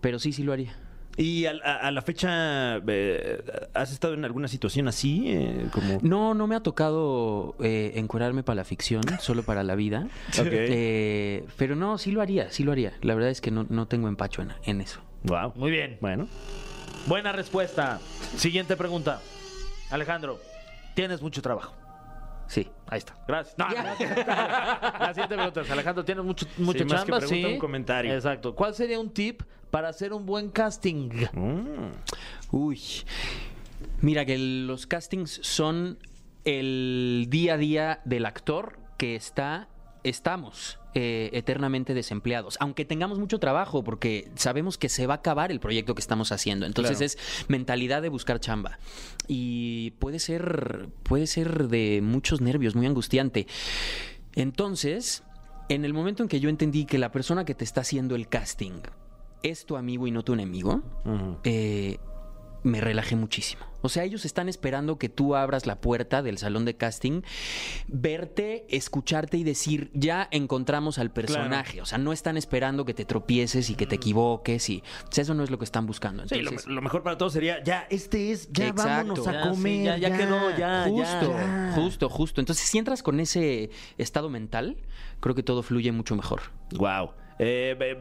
Speaker 7: Pero sí, sí lo haría.
Speaker 3: ¿Y al- a, a la fecha eh, has estado en alguna situación así? eh, como...
Speaker 7: No, no me ha tocado eh, encuerarme para la ficción, solo para la vida.
Speaker 3: Ok.
Speaker 7: Eh, pero no, sí lo haría, sí lo haría. La verdad es que no, no tengo empacho en, en eso.
Speaker 3: Wow.
Speaker 2: Muy bien.
Speaker 3: Bueno.
Speaker 2: Buena respuesta. Siguiente pregunta. Alejandro, tienes mucho trabajo.
Speaker 7: Sí.
Speaker 2: Ahí está. Gracias. No, gracias. La Ah, siguiente pregunta es, Alejandro, tienes mucho, mucho
Speaker 3: Sí, más que
Speaker 2: chamba, sí.
Speaker 3: pregunta, un comentario.
Speaker 2: Exacto. ¿Cuál sería un tip para hacer un buen casting?
Speaker 3: Mm.
Speaker 7: Uy. Mira que el- los castings son el día a día del actor que está, estamos eh, eternamente desempleados, aunque tengamos mucho trabajo, porque sabemos que se va a acabar el proyecto que estamos haciendo. Entonces es mentalidad de buscar chamba y puede ser, puede ser de muchos nervios, muy angustiante. Entonces, en el momento en que yo entendí que la persona que te está haciendo el casting es tu amigo y no tu enemigo, eh, me relajé muchísimo. O sea, ellos están esperando que tú abras la puerta del salón de casting, verte, escucharte y decir, ya encontramos al personaje. O sea, no están esperando que te tropieces y que te equivoques y o sea, eso no es lo que están buscando.
Speaker 3: Mm. Sí, lo,
Speaker 7: Entonces,
Speaker 3: lo mejor para todos sería, ya, este es, ya
Speaker 7: Exacto.
Speaker 3: vámonos a
Speaker 7: Ya,
Speaker 2: sí,
Speaker 3: comer.
Speaker 2: ya, ya quedó, ya,
Speaker 7: justo,
Speaker 3: Ah, ya.
Speaker 7: justo, justo. Entonces, si entras con ese estado mental, creo que todo fluye mucho mejor.
Speaker 3: Wow. Eh,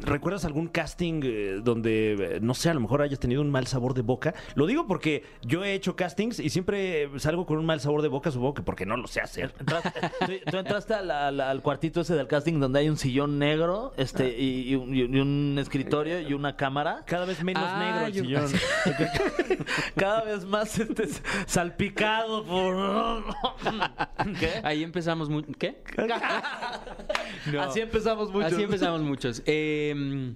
Speaker 3: ¿Recuerdas algún casting eh, donde, eh, no sé, a lo mejor hayas tenido un mal sabor de boca? Lo digo porque yo he hecho castings y siempre eh, salgo con un mal sabor de boca, supongo que porque no lo sé hacer.
Speaker 2: Entraste- tú, tú entraste al, al- al cuartito ese del casting donde hay un sillón negro este y, y un, y un escritorio y una cámara.
Speaker 3: Cada vez menos
Speaker 7: Ah,
Speaker 3: negro el
Speaker 7: yo-
Speaker 3: sillón.
Speaker 2: Cada vez más este, salpicado por...
Speaker 3: ¿Eh?
Speaker 2: ¿Qué?
Speaker 7: Ahí empezamos. mu- ¿Qué?
Speaker 2: Así empezamos mucho.
Speaker 7: Así empezamos muchos. Eh,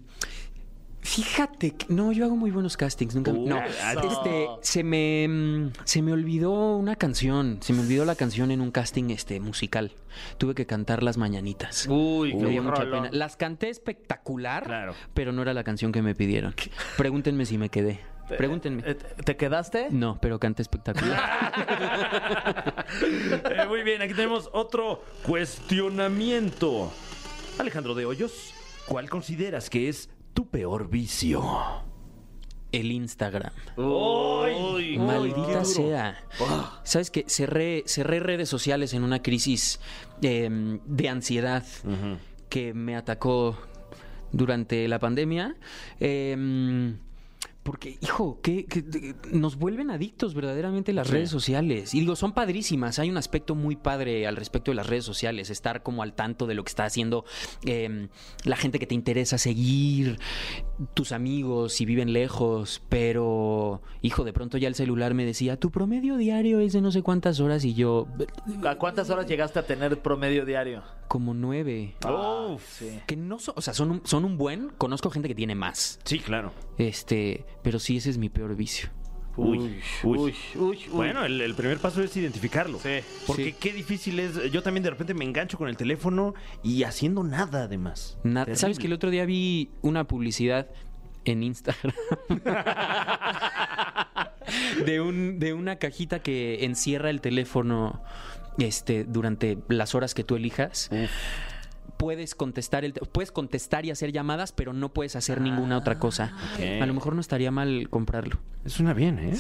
Speaker 7: fíjate, que- no, yo hago muy buenos castings. Nunca,
Speaker 3: Uh,
Speaker 7: no,
Speaker 3: eso.
Speaker 7: este, se me, mm, se me olvidó una canción. Se me olvidó la canción en un casting este, musical. Tuve que cantar las mañanitas.
Speaker 2: Uy, qué
Speaker 7: Me dio mucha
Speaker 2: rolón.
Speaker 7: pena. Las canté espectacular,
Speaker 3: Claro.
Speaker 7: pero no era la canción que me pidieron. Pregúntenme si me quedé.
Speaker 2: Eh,
Speaker 7: Pregúntenme.
Speaker 2: ¿Te quedaste?
Speaker 7: No, pero canté espectacular.
Speaker 3: Eh, muy bien, aquí tenemos otro cuestionamiento. Alejandro de Hoyos, ¿cuál consideras que es tu peor vicio?
Speaker 7: el Instagram.
Speaker 3: ¡Uy!
Speaker 7: Maldita sea. Sabes que cerré, cerré redes sociales en una crisis eh, de ansiedad
Speaker 3: Mm.
Speaker 7: que me atacó durante la pandemia. Eh, porque, hijo, que, nos vuelven adictos verdaderamente las redes sociales. Y digo, son padrísimas. Hay un aspecto muy padre al respecto de las redes sociales. Estar como al tanto de lo que está haciendo eh, la gente que te interesa seguir, tus amigos, si viven lejos. Pero, hijo, de pronto ya el celular me decía, tu promedio diario es de no sé cuántas horas. Y yo, Mm.
Speaker 8: ¿A cuántas horas llegaste a tener promedio diario?
Speaker 7: como nueve. Ah,
Speaker 8: Uf. Sí.
Speaker 7: Que no son, o sea, son un, son un buen. Conozco gente que tiene más.
Speaker 3: Sí, claro.
Speaker 7: Este, pero sí, ese es mi peor vicio.
Speaker 3: Uy, uy.
Speaker 8: Uy, uy, uy.
Speaker 3: Bueno, el, el primer paso es identificarlo.
Speaker 8: Sí.
Speaker 3: Porque
Speaker 7: Sí.
Speaker 3: qué difícil es. Yo también de repente me engancho con el teléfono y haciendo nada además.
Speaker 7: Na-
Speaker 3: Terrible.
Speaker 7: ¿Sabes que el otro día vi una publicidad en Instagram? de, un, de una cajita que encierra el teléfono este, durante las horas que tú elijas. Puedes contestar, el te- puedes contestar y hacer llamadas, pero no puedes hacer ninguna otra cosa.
Speaker 3: Ah, ok.
Speaker 7: A lo mejor no estaría mal comprarlo.
Speaker 3: Es una bien, ¿eh?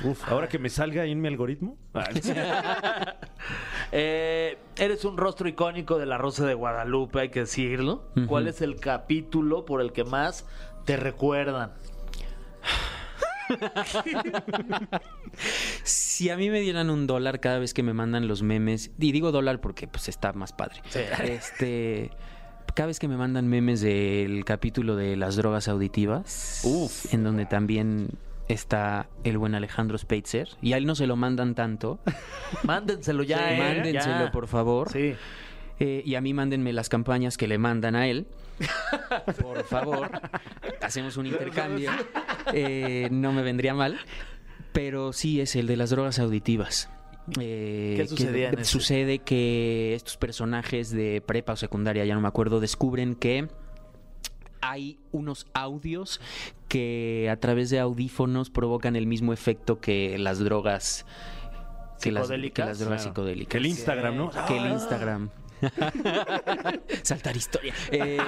Speaker 8: Sí.
Speaker 3: Uf, ahora que me salga ahí en mi algoritmo. Ah,
Speaker 8: Eh, eres un rostro icónico de la Rosa de Guadalupe, hay que decirlo.
Speaker 7: Ujú.
Speaker 8: ¿Cuál es el capítulo por el que más te recuerdan?
Speaker 7: Si a mí me dieran un dólar cada vez que me mandan los memes, y digo dólar porque pues está más padre.
Speaker 8: Sí.
Speaker 7: Este, cada vez que me mandan memes del capítulo de las drogas auditivas,
Speaker 3: Uf.
Speaker 7: en donde también está el buen Alejandro Speitzer, y a él no se lo mandan tanto.
Speaker 8: Mándenselo ya, ¿eh?
Speaker 7: Mándenselo,
Speaker 8: Ya.
Speaker 7: por favor.
Speaker 8: Sí.
Speaker 7: Eh, y a mí mándenme las campañas que le mandan a él. Por favor, hacemos un intercambio. Eh, no me vendría mal. Pero sí es el de las drogas auditivas. Eh,
Speaker 8: ¿Qué sucedía en
Speaker 7: que,
Speaker 8: ese?
Speaker 7: Sucede que estos personajes de prepa o secundaria, ya no me acuerdo, descubren que hay unos audios que a través de audífonos provocan el mismo efecto que las drogas que las, que
Speaker 8: Psicodélicas.
Speaker 7: las drogas
Speaker 8: Claro.
Speaker 7: psicodélicas
Speaker 3: que el Instagram, ¿no? Ah.
Speaker 7: que el Instagram. Saltar historia. Eh,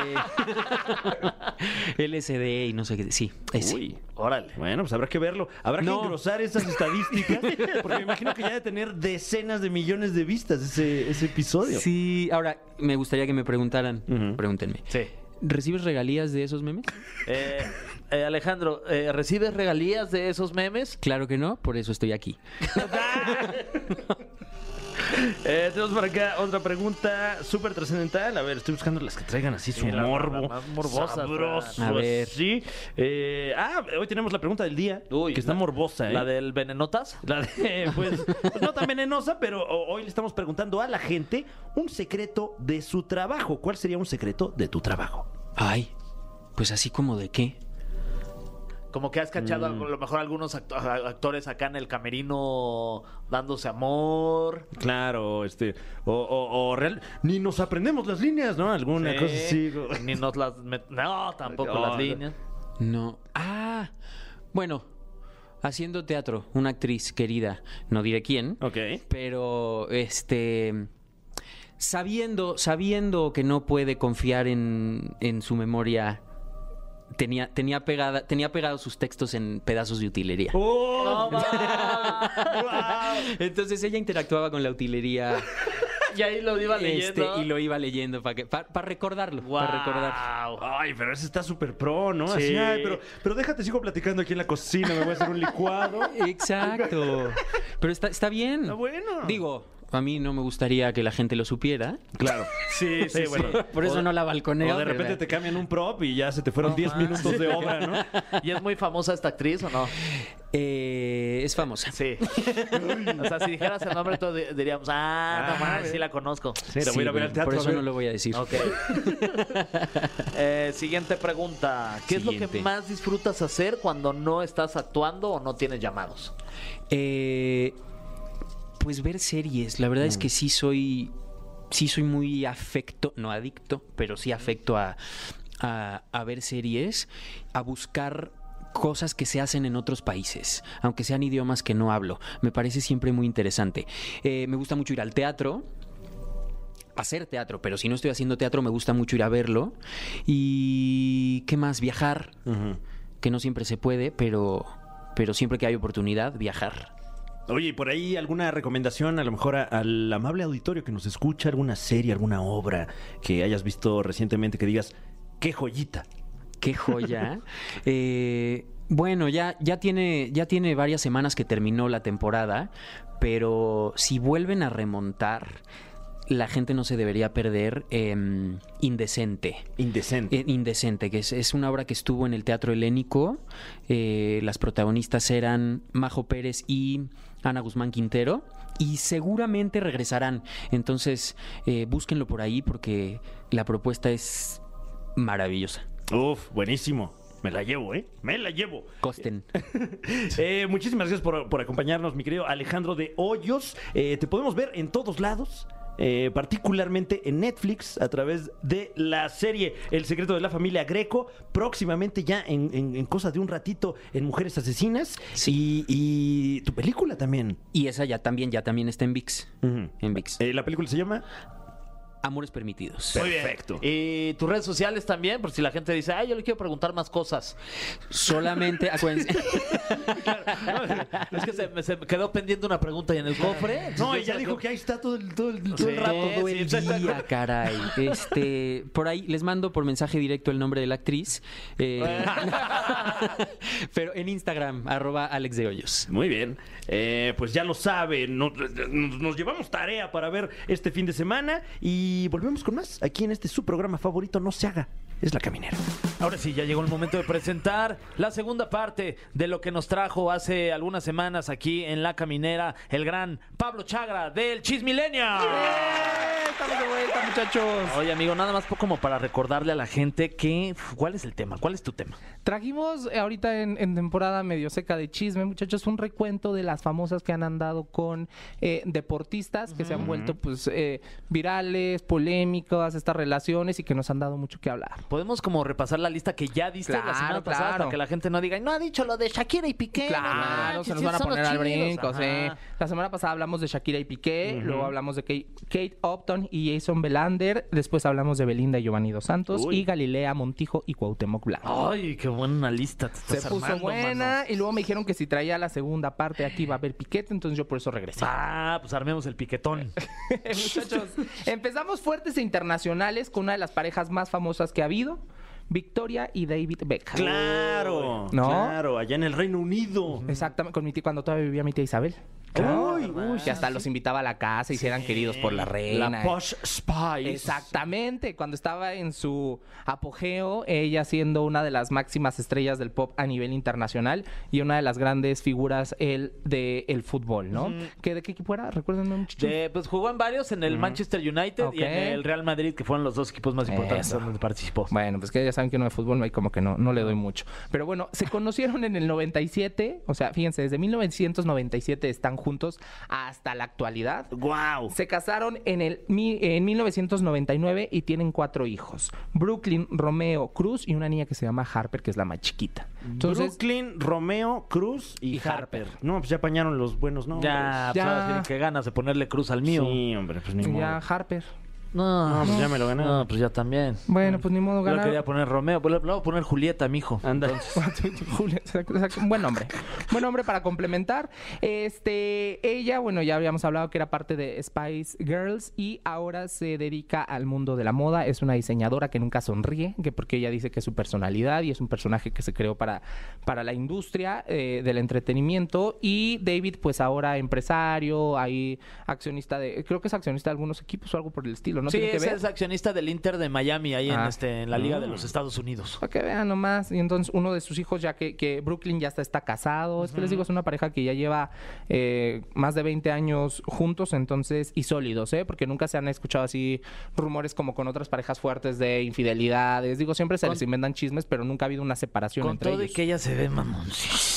Speaker 7: LSD y no sé qué. Sí, ese.
Speaker 3: Uy.
Speaker 8: Órale.
Speaker 3: Bueno, pues habrá que verlo. Habrá
Speaker 7: No.
Speaker 3: que engrosar esas estadísticas. Porque me imagino que ya de tener decenas de millones de vistas ese, ese episodio.
Speaker 7: Sí, ahora me gustaría que me preguntaran.
Speaker 3: Ujú.
Speaker 7: Pregúntenme.
Speaker 8: Sí.
Speaker 7: ¿Recibes regalías de esos memes?
Speaker 8: Eh, eh, Alejandro, eh, ¿recibes regalías de esos memes?
Speaker 7: Claro que no, por eso estoy aquí.
Speaker 3: Eh, tenemos por acá otra pregunta súper trascendental. A ver, estoy buscando las que traigan así su
Speaker 8: Sí, la- la-
Speaker 3: morbo.
Speaker 8: la más morbosa,
Speaker 3: sabroso,
Speaker 7: Fran. A ver.
Speaker 3: Sí. Eh, ah, hoy tenemos la pregunta del día.
Speaker 8: Uy,
Speaker 3: que está
Speaker 8: la-
Speaker 3: morbosa, ¿eh?
Speaker 8: ¿La del venenotas?
Speaker 3: La de, pues, pues no tan venenosa, pero ho- hoy le estamos preguntando a la gente un secreto de su trabajo. ¿Cuál sería un secreto de tu trabajo?
Speaker 7: Ay, pues así como de qué.
Speaker 8: Como que has cachado algo- a lo mejor algunos acto- a- actores acá en el camerino dándose amor.
Speaker 3: Claro, este. O, o, o real. Ni nos aprendemos las líneas, ¿no? Alguna
Speaker 8: Sí.
Speaker 3: cosa así.
Speaker 8: Ni nos las met- No, tampoco
Speaker 3: No,
Speaker 8: las
Speaker 3: no.
Speaker 8: líneas.
Speaker 7: No. Ah, bueno, haciendo teatro, una actriz querida, no diré quién,
Speaker 3: Ok.
Speaker 7: pero este sabiendo sabiendo que no puede confiar en, en su memoria tenía tenía pegada tenía pegados sus textos en pedazos de utilería
Speaker 3: ¡Oh!
Speaker 7: entonces ella interactuaba con la utilería
Speaker 8: Y ahí lo iba
Speaker 7: este,
Speaker 8: leyendo.
Speaker 7: y lo iba leyendo para que para recordarlo para recordar
Speaker 8: Guau.
Speaker 3: Ay, pero ese está súper pro, ¿no?
Speaker 8: Sí.
Speaker 3: Así, ay, pero, pero déjate, sigo platicando aquí en la cocina, me voy a hacer un licuado.
Speaker 7: exacto pero está está bien
Speaker 3: Está bueno.
Speaker 7: digo a mí no me gustaría que la gente lo supiera
Speaker 3: Claro. Sí, sí, bueno.
Speaker 7: por eso no la balconeo
Speaker 3: O de
Speaker 7: pero-
Speaker 3: repente te cambian un prop y ya se te fueron 10 minutos de obra, ¿no?
Speaker 8: ¿Y es muy famosa esta actriz o no?
Speaker 7: Eh, es famosa
Speaker 8: Sí. o sea, si dijeras el nombre, todos di- diríamos, ah, no mames, sí la conozco.
Speaker 3: Sí, la voy a ir a ver al
Speaker 7: bueno,
Speaker 3: teatro,
Speaker 7: Por
Speaker 3: a
Speaker 7: eso
Speaker 3: ver.
Speaker 7: no lo voy a decir.
Speaker 8: Ok. Eh, siguiente pregunta. ¿Qué es lo que
Speaker 7: Siguiente.
Speaker 8: más disfrutas hacer cuando no estás actuando o no tienes llamados?
Speaker 7: Eh, pues ver series. La verdad es
Speaker 3: Mm.
Speaker 7: que sí soy. Sí soy muy afecto, no adicto, pero sí afecto a, a- a ver series, a buscar cosas que se hacen en otros países, aunque sean idiomas que no hablo. Me parece siempre muy interesante. Eh, me gusta mucho ir al teatro, hacer teatro, pero si no estoy haciendo teatro me gusta mucho ir a verlo. ¿Y qué más? Viajar. que no siempre se puede, pero, pero siempre que hay oportunidad, viajar.
Speaker 3: Oye, ¿y por ahí alguna recomendación a lo mejor a- al amable auditorio que nos escucha, alguna serie, alguna obra que hayas visto recientemente que digas, qué joyita?
Speaker 7: Qué joya. Eh, bueno, ya, ya, tiene, ya tiene varias semanas que terminó la temporada, pero si vuelven a remontar, la gente no se debería perder em, Indecente.
Speaker 3: Indecente.
Speaker 7: Eh, Indecente, que es, es una obra que estuvo en el Teatro Helénico. Eh, las protagonistas eran Majo Pérez y Ana Guzmán Quintero. Y seguramente regresarán. Entonces, eh, búsquenlo por ahí porque la propuesta es maravillosa.
Speaker 3: Uf, buenísimo. Me la llevo, ¿eh? Me la llevo.
Speaker 7: Costen.
Speaker 3: Eh, muchísimas gracias por, por acompañarnos, mi querido Alejandro de Hoyos. Eh, te podemos ver en todos lados. eh, particularmente en Netflix a través de la serie El secreto de la familia Greco, próximamente ya en, en- en cosa de un ratito en Mujeres Asesinas
Speaker 7: Sí.
Speaker 3: y, y tu película también.
Speaker 7: Y esa ya también, ya también está en VIX. En VIX.
Speaker 3: Eh, la película se llama
Speaker 7: Amores permitidos.
Speaker 2: Muy bien. Eh,
Speaker 3: Perfecto.
Speaker 2: Y tus redes sociales también, por si la gente dice, ay, yo le quiero preguntar más cosas.
Speaker 7: Solamente acuérdense.
Speaker 2: es que se me se me quedó pendiente una pregunta ahí en el cofre.
Speaker 3: No,
Speaker 2: entonces
Speaker 3: ella
Speaker 2: yo-
Speaker 3: dijo que ahí está todo el, todo el- todo
Speaker 2: Sí,
Speaker 3: el rato.
Speaker 7: todo
Speaker 2: sí,
Speaker 7: el
Speaker 2: exacto.
Speaker 7: día, caray. Este, por ahí les mando por mensaje directo el nombre de la actriz. eh, pero en Instagram, arroba Alex de Hoyos.
Speaker 3: Muy bien. Eh, pues ya lo saben. Nos, nos- nos llevamos tarea para ver este fin de semana y volvemos con más aquí en este su programa favorito. No se haga. Es la caminera.
Speaker 2: Ahora sí, ya llegó el momento de presentar la segunda parte de lo que nos trajo hace algunas semanas aquí en La Caminera el gran Pablo Chagra del Chismilenia.
Speaker 7: Estamos de vuelta, muchachos.
Speaker 2: Oye, amigo, nada más po- como para recordarle a la gente que cuál es el tema, cuál es tu tema.
Speaker 9: Trajimos eh, ahorita en, en temporada medio seca de chisme, muchachos, un recuento de las famosas que han andado con eh, deportistas que se han vuelto pues eh, virales, polémicas, estas relaciones y que nos han dado mucho que hablar.
Speaker 2: Podemos como repasar la lista que ya diste la
Speaker 9: Claro,
Speaker 2: semana pasada
Speaker 9: claro.
Speaker 2: para que la gente no diga, no ha dicho lo de Shakira y Piqué. no
Speaker 9: Claro,
Speaker 2: manches,
Speaker 9: se nos
Speaker 2: sí,
Speaker 9: van a
Speaker 2: son los
Speaker 9: poner al
Speaker 2: chidos".
Speaker 9: brinco, sí.
Speaker 2: Ajá.
Speaker 9: La semana pasada hablamos de Shakira y Piqué, luego hablamos de Kate, Kate Upton y Jason Belander, después hablamos de Belinda y Giovanni Dos Santos
Speaker 3: Uy.
Speaker 9: y Galilea Montijo y Cuauhtémoc Blanco.
Speaker 2: Ay, qué buena lista te
Speaker 9: Se
Speaker 2: estás
Speaker 9: puso
Speaker 2: armando,
Speaker 9: buena
Speaker 2: mano.
Speaker 9: y luego me dijeron que si traía la segunda parte aquí va a haber piquete, entonces yo por eso regresé.
Speaker 2: Ah, pues armemos el piquetón.
Speaker 9: Muchachos, empezamos fuertes e internacionales con una de las parejas más famosas que ha habido, Victoria y David Beckham.
Speaker 3: Claro.
Speaker 9: ¿No?
Speaker 3: Claro, allá en el Reino Unido.
Speaker 9: Exactamente, con mi tía, cuando todavía vivía mi tía Isabel.
Speaker 3: Uy, uy,
Speaker 9: que hasta los invitaba a la casa y se eran queridos por la reina.
Speaker 3: La Posh Spice.
Speaker 9: Exactamente, cuando estaba en su apogeo, ella siendo una de las máximas estrellas del pop a nivel internacional y una de las grandes figuras el de el fútbol, ¿no? ¿Que de qué equipo era? Recuérdenme muchachos.
Speaker 2: De- pues jugó en varios, en el Manchester United y en
Speaker 9: Ok.
Speaker 2: el Real Madrid, que fueron los dos equipos más importantes
Speaker 9: Eso.
Speaker 2: donde participó.
Speaker 9: Bueno, pues que ya saben que uno de fútbol no hay como que no, no le doy mucho. Pero bueno, se conocieron en el 97, o sea, fíjense, desde 1997 están juntos hasta la actualidad.
Speaker 3: Wow.
Speaker 9: Se casaron en, el, mi- en 1999 y tienen cuatro hijos. Brooklyn, Romeo, Cruz y una niña que se llama Harper, que es la más chiquita. Entonces,
Speaker 3: Brooklyn, Romeo, Cruz y,
Speaker 9: Y
Speaker 3: Harper.
Speaker 9: Harper.
Speaker 3: No, pues ya apañaron los buenos nombres.
Speaker 2: Ya, pues,
Speaker 9: Ya.
Speaker 2: ahora tienen que ganas de ponerle cruz al mío.
Speaker 3: Sí, hombre, pues ni modo.
Speaker 9: ya Harper.
Speaker 2: No,
Speaker 3: No, pues ya me lo gané.
Speaker 2: no, pues ya también.
Speaker 9: Bueno, pues ni modo,
Speaker 2: Yo le
Speaker 9: ganaron.
Speaker 2: quería poner Romeo, pero le voy a poner Julieta, mijo.
Speaker 3: Anda.
Speaker 9: Julia, exacto, exacto. Un buen hombre. Buen hombre para complementar. Este, ella, bueno, ya habíamos hablado que era parte de Spice Girls y ahora se dedica al mundo de la moda. Es una diseñadora que nunca sonríe, que porque ella dice que es su personalidad y es un personaje que se creó para, para la industria eh, del entretenimiento. Y David, pues ahora empresario, ahí accionista de, creo que es accionista de algunos equipos o algo por el estilo, ¿no?
Speaker 2: sí,
Speaker 9: ¿Tiene que
Speaker 2: ese
Speaker 9: ver?
Speaker 2: es accionista del Inter de Miami, ahí en,
Speaker 9: Ah.
Speaker 2: este, en la Liga de los Estados Unidos.
Speaker 9: Para que vean nomás. Y entonces uno de sus hijos, ya que, que Brooklyn ya está, está casado. Es que les digo, es una pareja que ya lleva eh, más de 20 años juntos, entonces, y sólidos, ¿eh? Porque nunca se han escuchado así rumores como con otras parejas fuertes de infidelidades. Digo, siempre se
Speaker 2: Con-
Speaker 9: les inventan chismes, pero nunca ha habido una separación
Speaker 2: Con
Speaker 9: entre
Speaker 2: todo
Speaker 9: ellos.
Speaker 2: y que ella se ve mamoncísima.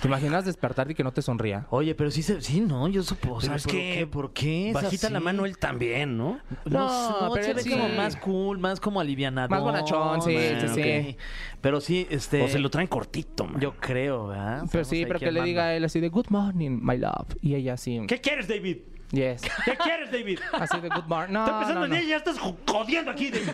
Speaker 9: ¿Te imaginas despertar y que no te sonría?
Speaker 2: Oye, pero sí, se, sí, no, yo supongo.
Speaker 3: Pero es que
Speaker 2: ¿Por qué? es
Speaker 3: Pues, Bajita la
Speaker 2: así?
Speaker 3: mano él también, ¿no?
Speaker 2: No,
Speaker 9: No,
Speaker 2: no,
Speaker 9: pero
Speaker 2: se
Speaker 9: él
Speaker 2: ve
Speaker 9: sí.
Speaker 2: como más cool, más como alivianado.
Speaker 9: Más bonachón, sí, sí, sí.
Speaker 2: Pero sí, este.
Speaker 3: O se lo traen cortito, man.
Speaker 2: Yo creo, ¿verdad?
Speaker 9: Pero
Speaker 2: Sabemos
Speaker 9: sí,
Speaker 2: ahí
Speaker 9: pero que
Speaker 2: quién
Speaker 9: le
Speaker 2: manda.
Speaker 9: diga a él así de Good morning, my love. Y ella así,
Speaker 3: ¿Qué quieres, David?
Speaker 9: yes.
Speaker 3: ¿Qué quieres, David?
Speaker 9: Así de Good morning. No,
Speaker 3: Está empezando
Speaker 9: no,
Speaker 3: el
Speaker 9: no.
Speaker 3: día y ya estás jodiendo aquí, David.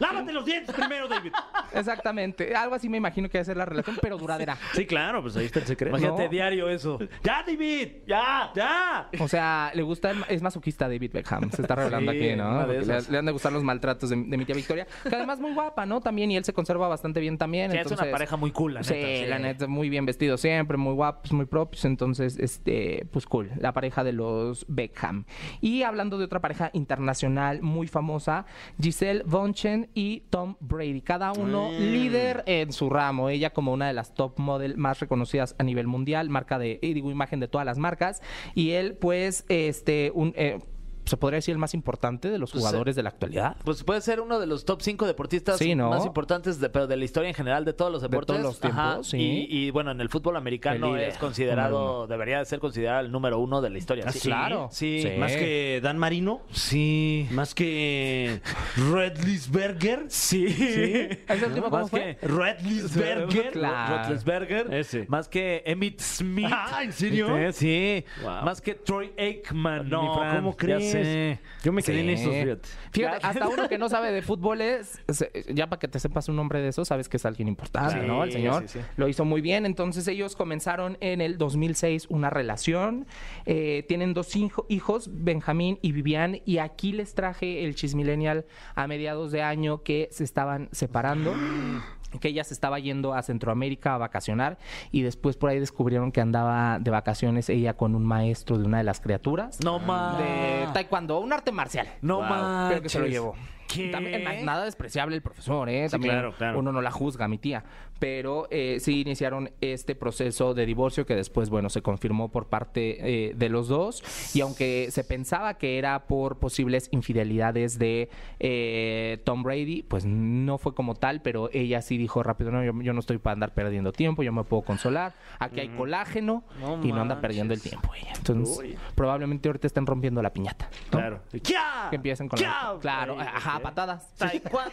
Speaker 3: Lávate los dientes primero, David.
Speaker 9: Exactamente. Algo así me imagino que va a ser la relación, pero duradera.
Speaker 3: Sí, claro, pues ahí está el secreto.
Speaker 2: Imagínate
Speaker 9: No.
Speaker 2: diario eso.
Speaker 3: ¡Ya, David! ¡Ya! ¡Ya!
Speaker 9: O sea, le gusta, es masoquista David Beckham, se está revelando
Speaker 2: Sí,
Speaker 9: aquí, ¿no?
Speaker 2: una de
Speaker 9: Porque Le,
Speaker 2: esas.
Speaker 9: le han de gustar los maltratos de, de mi tía Victoria, que además muy guapa, ¿no? También, y él se conserva bastante bien también.
Speaker 2: Que es
Speaker 9: entonces-
Speaker 2: una pareja muy cool, la
Speaker 9: sí,
Speaker 2: neta.
Speaker 9: la neta, muy bien vestido siempre, muy guapos, muy propios. Entonces, este, pues cool, la pareja de los Beckham. Y hablando de otra pareja internacional muy famosa, Giselle Bonchen y Tom Brady. Cada uno
Speaker 2: Mm.
Speaker 9: líder en su ramo. Ella como una de las top model más reconocidas a nivel mundial, marca de, eh, digo, imagen de todas las marcas. Y él, pues, este, un. eh, se podría decir el más importante de los
Speaker 2: Pues, eh,
Speaker 9: jugadores de la actualidad.
Speaker 2: Pues puede ser uno de los top 5 deportistas
Speaker 9: Sí, ¿no?
Speaker 2: más importantes, de, pero de la historia en general de todos los
Speaker 9: todos
Speaker 2: deportes.
Speaker 9: los tiempos,
Speaker 2: Ajá.
Speaker 9: sí.
Speaker 2: y, y, bueno, en el fútbol
Speaker 9: El
Speaker 2: americano
Speaker 9: líder,
Speaker 2: es considerado, debería de ser considerado el número uno de la historia.
Speaker 9: Ah,
Speaker 2: Sí.
Speaker 9: claro.
Speaker 2: Sí.
Speaker 9: Sí.
Speaker 3: Más que Dan Marino,
Speaker 2: Sí.
Speaker 3: más que Redlisberger.
Speaker 2: Sí.
Speaker 9: ¿Ese último cómo
Speaker 2: Más
Speaker 9: fue?
Speaker 2: que
Speaker 3: Redlisberger.
Speaker 9: Claro.
Speaker 2: Roethlisberger.
Speaker 3: Ese.
Speaker 2: Más que Emmett Smith.
Speaker 3: Ah, ¿en serio?
Speaker 2: Eh, Sí.
Speaker 3: Wow.
Speaker 2: Más que Troy Aikman.
Speaker 3: No,
Speaker 2: mi Fran.
Speaker 3: ¿cómo
Speaker 2: Ya
Speaker 3: crees?
Speaker 2: sé.
Speaker 3: Yo me quedé en
Speaker 9: Sí.
Speaker 3: esos, fíjate.
Speaker 9: Fíjate, hasta uno que no sabe de fútbol es, se- ya para que te sepas un nombre de eso, sabes que es alguien importante,
Speaker 2: Sí,
Speaker 9: ¿no? El señor
Speaker 2: sí, sí.
Speaker 9: lo hizo muy bien. Entonces ellos comenzaron en el 2006 una relación. Eh, tienen dos hijo- hijos, Benjamín y Vivian. Y aquí les traje el chismillennial a mediados de año que se estaban separando. que ella se estaba yendo a Centroamérica a vacacionar y después por ahí descubrieron que andaba de vacaciones ella con un maestro de una de las criaturas
Speaker 2: No más.
Speaker 9: de taekwondo, un arte marcial.
Speaker 2: No más.
Speaker 9: Pero Ah. que se lo llevó.
Speaker 2: ¿Qué?
Speaker 9: También, na- nada despreciable el profesor, ¿eh?
Speaker 3: Sí,
Speaker 9: También
Speaker 3: claro, claro.
Speaker 9: uno no la juzga, mi tía. Pero eh, sí iniciaron este proceso de divorcio que después, bueno, se confirmó por parte eh, de los dos. Y aunque se pensaba que era por posibles infidelidades de eh, Tom Brady, pues no fue como tal, pero ella sí dijo rápido, no, yo, yo no estoy para andar perdiendo tiempo, yo me puedo consolar. Aquí hay colágeno
Speaker 2: No
Speaker 9: y no anda perdiendo el tiempo ella. Entonces, probablemente ahorita estén rompiendo la piñata. ¿no?
Speaker 3: Claro. ¡Ya!
Speaker 9: Que empiecen con la... Claro, ajá, patadas.
Speaker 2: Taekwondo.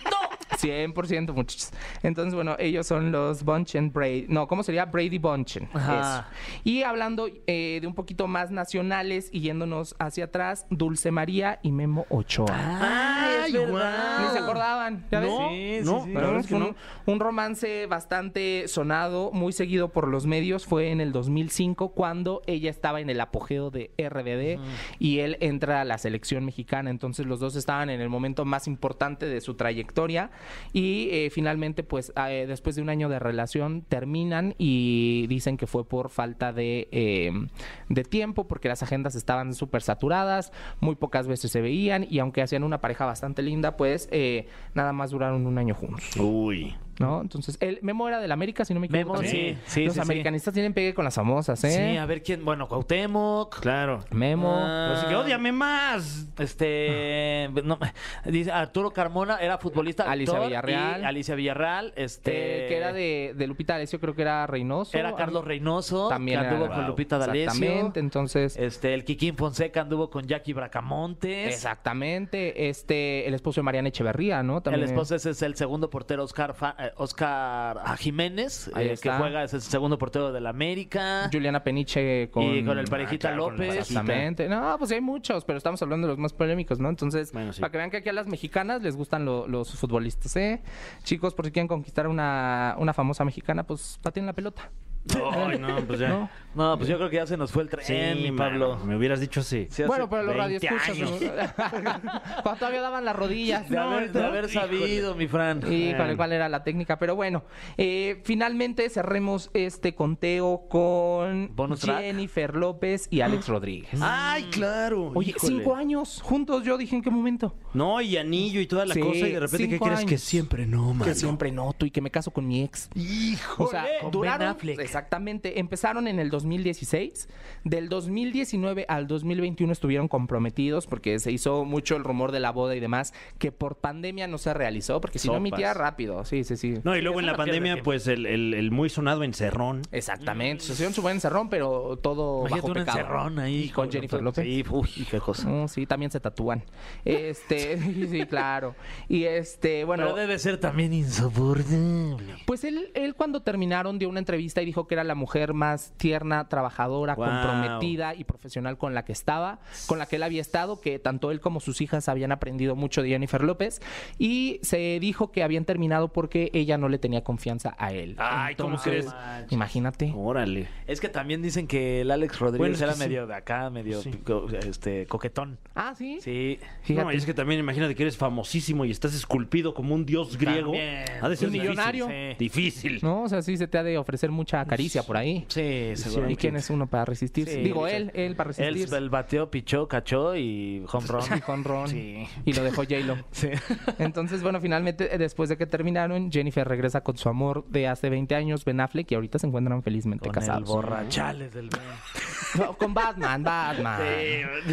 Speaker 9: 100%, muchachos. Entonces, bueno, ellos son los Bunchen Brady. No, ¿cómo sería? Brady Bunchen.
Speaker 2: Ajá.
Speaker 9: Eso. Y hablando eh, de un poquito más nacionales y yéndonos hacia atrás, Dulce María y Memo Ochoa.
Speaker 2: Ah,
Speaker 3: ¡Ay,
Speaker 9: Ni se acordaban, ¿ya ves?
Speaker 3: Ah. No, Sí, sí, no, sí. la verdad es que
Speaker 9: un,
Speaker 3: no.
Speaker 9: un romance bastante sonado, muy seguido por los medios, fue en el 2005 cuando ella estaba en el apogeo de RBD y él entra a la selección mexicana, entonces los dos estaban en el momento más importante de su trayectoria y eh, finalmente pues eh, después de un año de relación terminan y dicen que fue por falta de, eh, de tiempo porque las agendas estaban súper saturadas, muy pocas veces se veían y aunque hacían una pareja bastante linda, pues eh, nada más duraron un año juntos,
Speaker 3: Uy.
Speaker 9: ¿no? Entonces, el Memo era del América, si no me equivoco.
Speaker 2: Memo,
Speaker 9: también.
Speaker 2: sí, sí,
Speaker 9: Los
Speaker 2: sí, sí.
Speaker 9: americanistas tienen pegue con las famosas, ¿eh?
Speaker 2: Sí, a ver quién. Bueno, Cuauhtémoc.
Speaker 3: Claro.
Speaker 9: Memo. pues,
Speaker 2: Ah.
Speaker 3: Así que ódiame más.
Speaker 2: Este, no, dice Arturo Carmona era futbolista. actor,
Speaker 9: Alicia Villarreal.
Speaker 2: y Alicia Villarreal, este,
Speaker 9: eh, que era de, de Lupita D'Alessio, creo que era Reynoso.
Speaker 2: era Carlos Reynoso,
Speaker 9: También
Speaker 2: que
Speaker 9: era-
Speaker 2: anduvo con
Speaker 9: Wow.
Speaker 2: Lupita D'Alessio.
Speaker 9: Exactamente, entonces...
Speaker 2: Este, el Kikín Fonseca anduvo con Jackie Bracamontes.
Speaker 9: Exactamente, este, el esposo de Mariana Echeverría, ¿no?
Speaker 2: El
Speaker 9: También
Speaker 2: esposo ese es el segundo portero Oscar, Fa- eh, Oscar ah, Jiménez,
Speaker 9: Ahí
Speaker 2: eh, que
Speaker 9: está.
Speaker 2: juega, es el segundo portero del América.
Speaker 9: Juliana Peniche Ah, con...
Speaker 2: Y con el parejita
Speaker 3: claro, con el
Speaker 2: López.
Speaker 3: parejita.
Speaker 9: Exactamente. No, pues hay muchos, pero estamos hablando de los más polémicos, ¿no? Entonces,
Speaker 3: Bueno, sí.
Speaker 9: para que vean que aquí a las mexicanas les gustan lo- los futbolistas, ¿eh? Chicos, por si quieren conquistar una, una famosa mexicana, pues pateen la pelota.
Speaker 3: Ay, no, pues ya.
Speaker 9: ¿no?
Speaker 2: No, pues yo creo que ya se nos fue el tren, mi
Speaker 3: mano,
Speaker 2: Pablo.
Speaker 3: Me hubieras dicho así.
Speaker 2: Sí, hace
Speaker 9: Bueno, pero los
Speaker 3: 20
Speaker 9: radioescuchas.
Speaker 3: años.
Speaker 9: ¿no? Cuando todavía daban las rodillas.
Speaker 2: De
Speaker 9: ¿no?
Speaker 2: haber, de haber sabido, mi Fran.
Speaker 9: Híjole, cuál era la técnica. Pero bueno, eh, finalmente cerremos este conteo con
Speaker 2: Bonus track.
Speaker 9: Jennifer López y Alex Rodríguez.
Speaker 3: Ay, claro.
Speaker 9: Oye,
Speaker 3: híjole.
Speaker 9: cinco años juntos, yo dije en qué momento.
Speaker 3: No, y anillo y toda la
Speaker 9: Sí,
Speaker 3: cosa. Y de repente, ¿qué
Speaker 9: cinco
Speaker 3: crees? Que
Speaker 9: años.
Speaker 3: siempre no, mano.
Speaker 9: Que siempre noto y que me caso con mi ex.
Speaker 3: Hijo.
Speaker 9: O sea,
Speaker 2: Con Ben
Speaker 9: duraron,
Speaker 2: Affleck.
Speaker 9: exactamente, empezaron en el 2016, del 2019 al 2021 estuvieron comprometidos porque se hizo mucho el rumor de la boda y demás, que por pandemia no se realizó, porque si no mi tía
Speaker 3: Sopas.
Speaker 9: rápido, sí, sí, sí.
Speaker 3: No, y luego en la
Speaker 2: una pierde
Speaker 3: pandemia,
Speaker 2: tiempo.
Speaker 3: pues el, el- el muy sonado encerrón.
Speaker 9: Exactamente, se hicieron su buen encerrón, pero todo
Speaker 2: Imagínate
Speaker 9: bajo
Speaker 2: un
Speaker 9: pecado.
Speaker 2: encerrón ahí.
Speaker 9: Y con
Speaker 2: hijo,
Speaker 9: Jennifer
Speaker 2: no,
Speaker 9: López.
Speaker 2: Sí, uy, qué cosa.
Speaker 9: Mm, sí, también se tatúan. Este, sí, claro. Y este, bueno,
Speaker 2: Pero debe ser también insoportable.
Speaker 9: Pues él, él cuando terminaron dio una entrevista y dijo dijo que era la mujer más tierna, trabajadora,
Speaker 3: Wow.
Speaker 9: comprometida y profesional con la que estaba, con la que él había estado, que tanto él como sus hijas habían aprendido mucho de Jennifer López. Y se dijo que habían terminado porque ella no le tenía confianza a él.
Speaker 3: Ay, ¿cómo
Speaker 9: Entonces, Imagínate.
Speaker 3: Órale.
Speaker 8: Es que también dicen que el Alex
Speaker 3: Bueno,
Speaker 8: Rodríguez
Speaker 3: es que
Speaker 8: era
Speaker 3: sí.
Speaker 8: medio de acá, medio co- este, coquetón.
Speaker 9: Ah, sí.
Speaker 8: Sí.
Speaker 9: Fíjate.
Speaker 3: No, y es que también imagínate que eres famosísimo y estás esculpido como un dios griego.
Speaker 8: También.
Speaker 3: Ha de ser
Speaker 9: Y millonario.
Speaker 3: difícil. Difícil.
Speaker 9: ¿No? O sea, sí se te ha de ofrecer mucha caricia por ahí.
Speaker 8: Sí, seguro.
Speaker 9: ¿Y quién es uno para resistirse?
Speaker 8: Sí,
Speaker 9: Digo,
Speaker 8: sí.
Speaker 9: él, él para
Speaker 8: Él,
Speaker 9: resistirse.
Speaker 8: el bateó, pichó, cachó y home run.
Speaker 9: Y con Ron.
Speaker 8: Sí.
Speaker 9: Y lo dejó J-Lo.
Speaker 8: Sí.
Speaker 9: Entonces, bueno, finalmente, eh, después de que terminaron, Jennifer regresa con su amor de hace 20 años, Ben Affleck, y ahorita se encuentran
Speaker 8: Con
Speaker 9: felizmente
Speaker 8: el
Speaker 9: casados.
Speaker 8: borrachales del
Speaker 9: No, con Batman, Batman.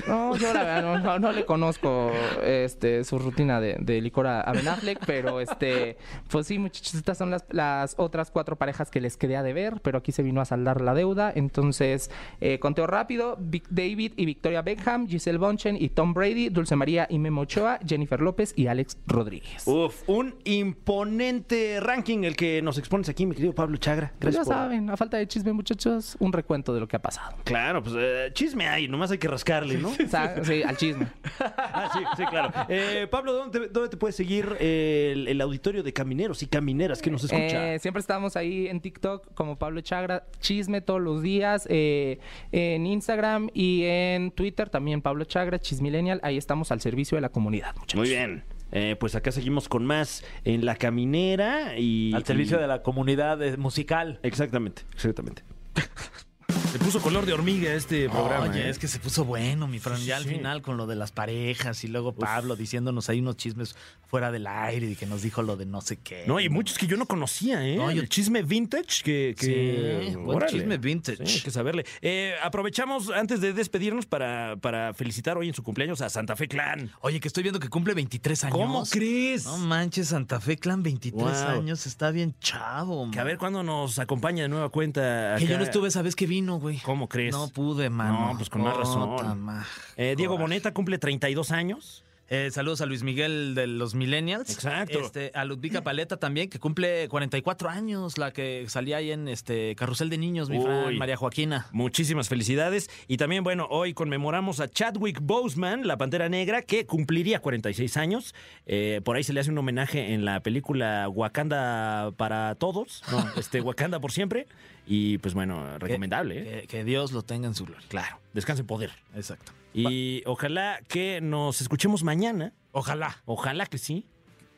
Speaker 9: No, yo la verdad no, no- no le conozco este, su rutina de, de licor a, a Ben Affleck, pero este, pues sí, muchachos, estas son las, las otras cuatro parejas que les quedé a deber, pero aquí se vino a saldar la deuda. Entonces, eh, conteo rápido: Vic David y Victoria Beckham, Giselle Bonchen y Tom Brady, Dulce María y Memo Ochoa, Jennifer López y Alex Rodríguez.
Speaker 3: Uf, un imponente ranking el que nos expones aquí, mi querido Pablo Chagra.
Speaker 9: Pues
Speaker 3: Gracias.
Speaker 9: ya
Speaker 3: por-
Speaker 9: saben, a falta de chisme, muchachos, un recuento de lo que ha pasado.
Speaker 3: Claro, pues eh, chisme hay, nomás hay que rascarle, ¿no?
Speaker 9: O sea, sí, al chisme.
Speaker 3: Ah, sí, sí, claro. Eh, Pablo, ¿dónde te, dónde te puede seguir eh, el, el auditorio de camineros y camineras que nos escucha?
Speaker 9: Eh, siempre estamos ahí en TikTok como Pablo Chagra, chisme todos los días, eh, en Instagram y en Twitter también Pablo Chagra, Chismillennial, ahí estamos al servicio de la comunidad. muchachos.
Speaker 3: Muy bien. Eh, pues acá seguimos con más en la caminera y.
Speaker 8: Al servicio
Speaker 3: y-
Speaker 8: de la comunidad eh, musical.
Speaker 3: Exactamente, exactamente.
Speaker 1: Se puso color de hormiga este programa.
Speaker 2: Oye,
Speaker 1: ¿eh?
Speaker 2: es que se puso bueno, mi Fran, ya al final con lo de las parejas y luego Pablo diciéndonos ahí unos chismes fuera del aire y que nos dijo lo de no sé qué.
Speaker 1: No, y muchos que yo no conocía, ¿eh?
Speaker 2: No, yo-
Speaker 1: El chisme vintage que... que-
Speaker 2: Sí, buen chisme vintage.
Speaker 1: Sí, hay que saberle. Eh, aprovechamos antes de despedirnos para, para felicitar hoy en su cumpleaños a Santa Fe Clan.
Speaker 2: Oye, que estoy viendo que cumple 23 años.
Speaker 1: ¿Cómo crees?
Speaker 2: No manches, Santa Fe Clan, 23
Speaker 1: Wow.
Speaker 2: años, está bien chavo,
Speaker 1: Que a
Speaker 2: man.
Speaker 1: ver cuándo nos acompaña de nueva cuenta.
Speaker 2: Que yo
Speaker 1: acá.
Speaker 2: no estuve esa vez que vino, güey.
Speaker 1: ¿Cómo crees?
Speaker 2: No pude, mano.
Speaker 1: No, pues con más razón.
Speaker 2: Ota, ma.
Speaker 1: Eh, Diego
Speaker 2: Coraje.
Speaker 1: Boneta cumple 32 años.
Speaker 2: Eh, saludos a Luis Miguel de los Millennials.
Speaker 1: Exacto.
Speaker 2: Este, a Ludvika Paleta también, que cumple 44 años, la que salía ahí en este Carrusel de Niños, mi Fran,
Speaker 1: Uy.
Speaker 2: María Joaquina.
Speaker 1: Muchísimas felicidades. Y también, bueno, hoy conmemoramos a Chadwick Boseman, la Pantera Negra, que cumpliría 46 años. Eh, por ahí se le hace un homenaje en la película Wakanda para todos. No, este, Wakanda por siempre. Y pues bueno, recomendable. ¿eh?
Speaker 2: Que, que Dios lo tenga en su gloria.
Speaker 1: Claro, descansa en poder.
Speaker 2: Exacto.
Speaker 1: Y ojalá que nos escuchemos mañana.
Speaker 2: Ojalá.
Speaker 1: Ojalá que sí.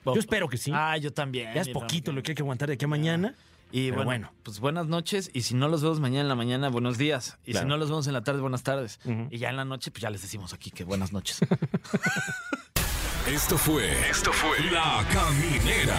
Speaker 1: Yo espero que sí.
Speaker 2: Ah, yo también.
Speaker 1: ya es
Speaker 2: mi
Speaker 1: poquito
Speaker 2: Fran.
Speaker 1: lo que hay que aguantar de aquí a mañana.
Speaker 2: Y
Speaker 1: Pero
Speaker 2: bueno,
Speaker 1: bueno.
Speaker 2: pues buenas noches. Y si no los vemos mañana en la mañana, buenos días. Y
Speaker 1: Claro.
Speaker 2: si no los vemos en la tarde, buenas tardes.
Speaker 1: Ujú.
Speaker 2: Y ya en la noche, pues ya les decimos aquí que buenas noches.
Speaker 1: Esto fue. Esto fue. La Caminera.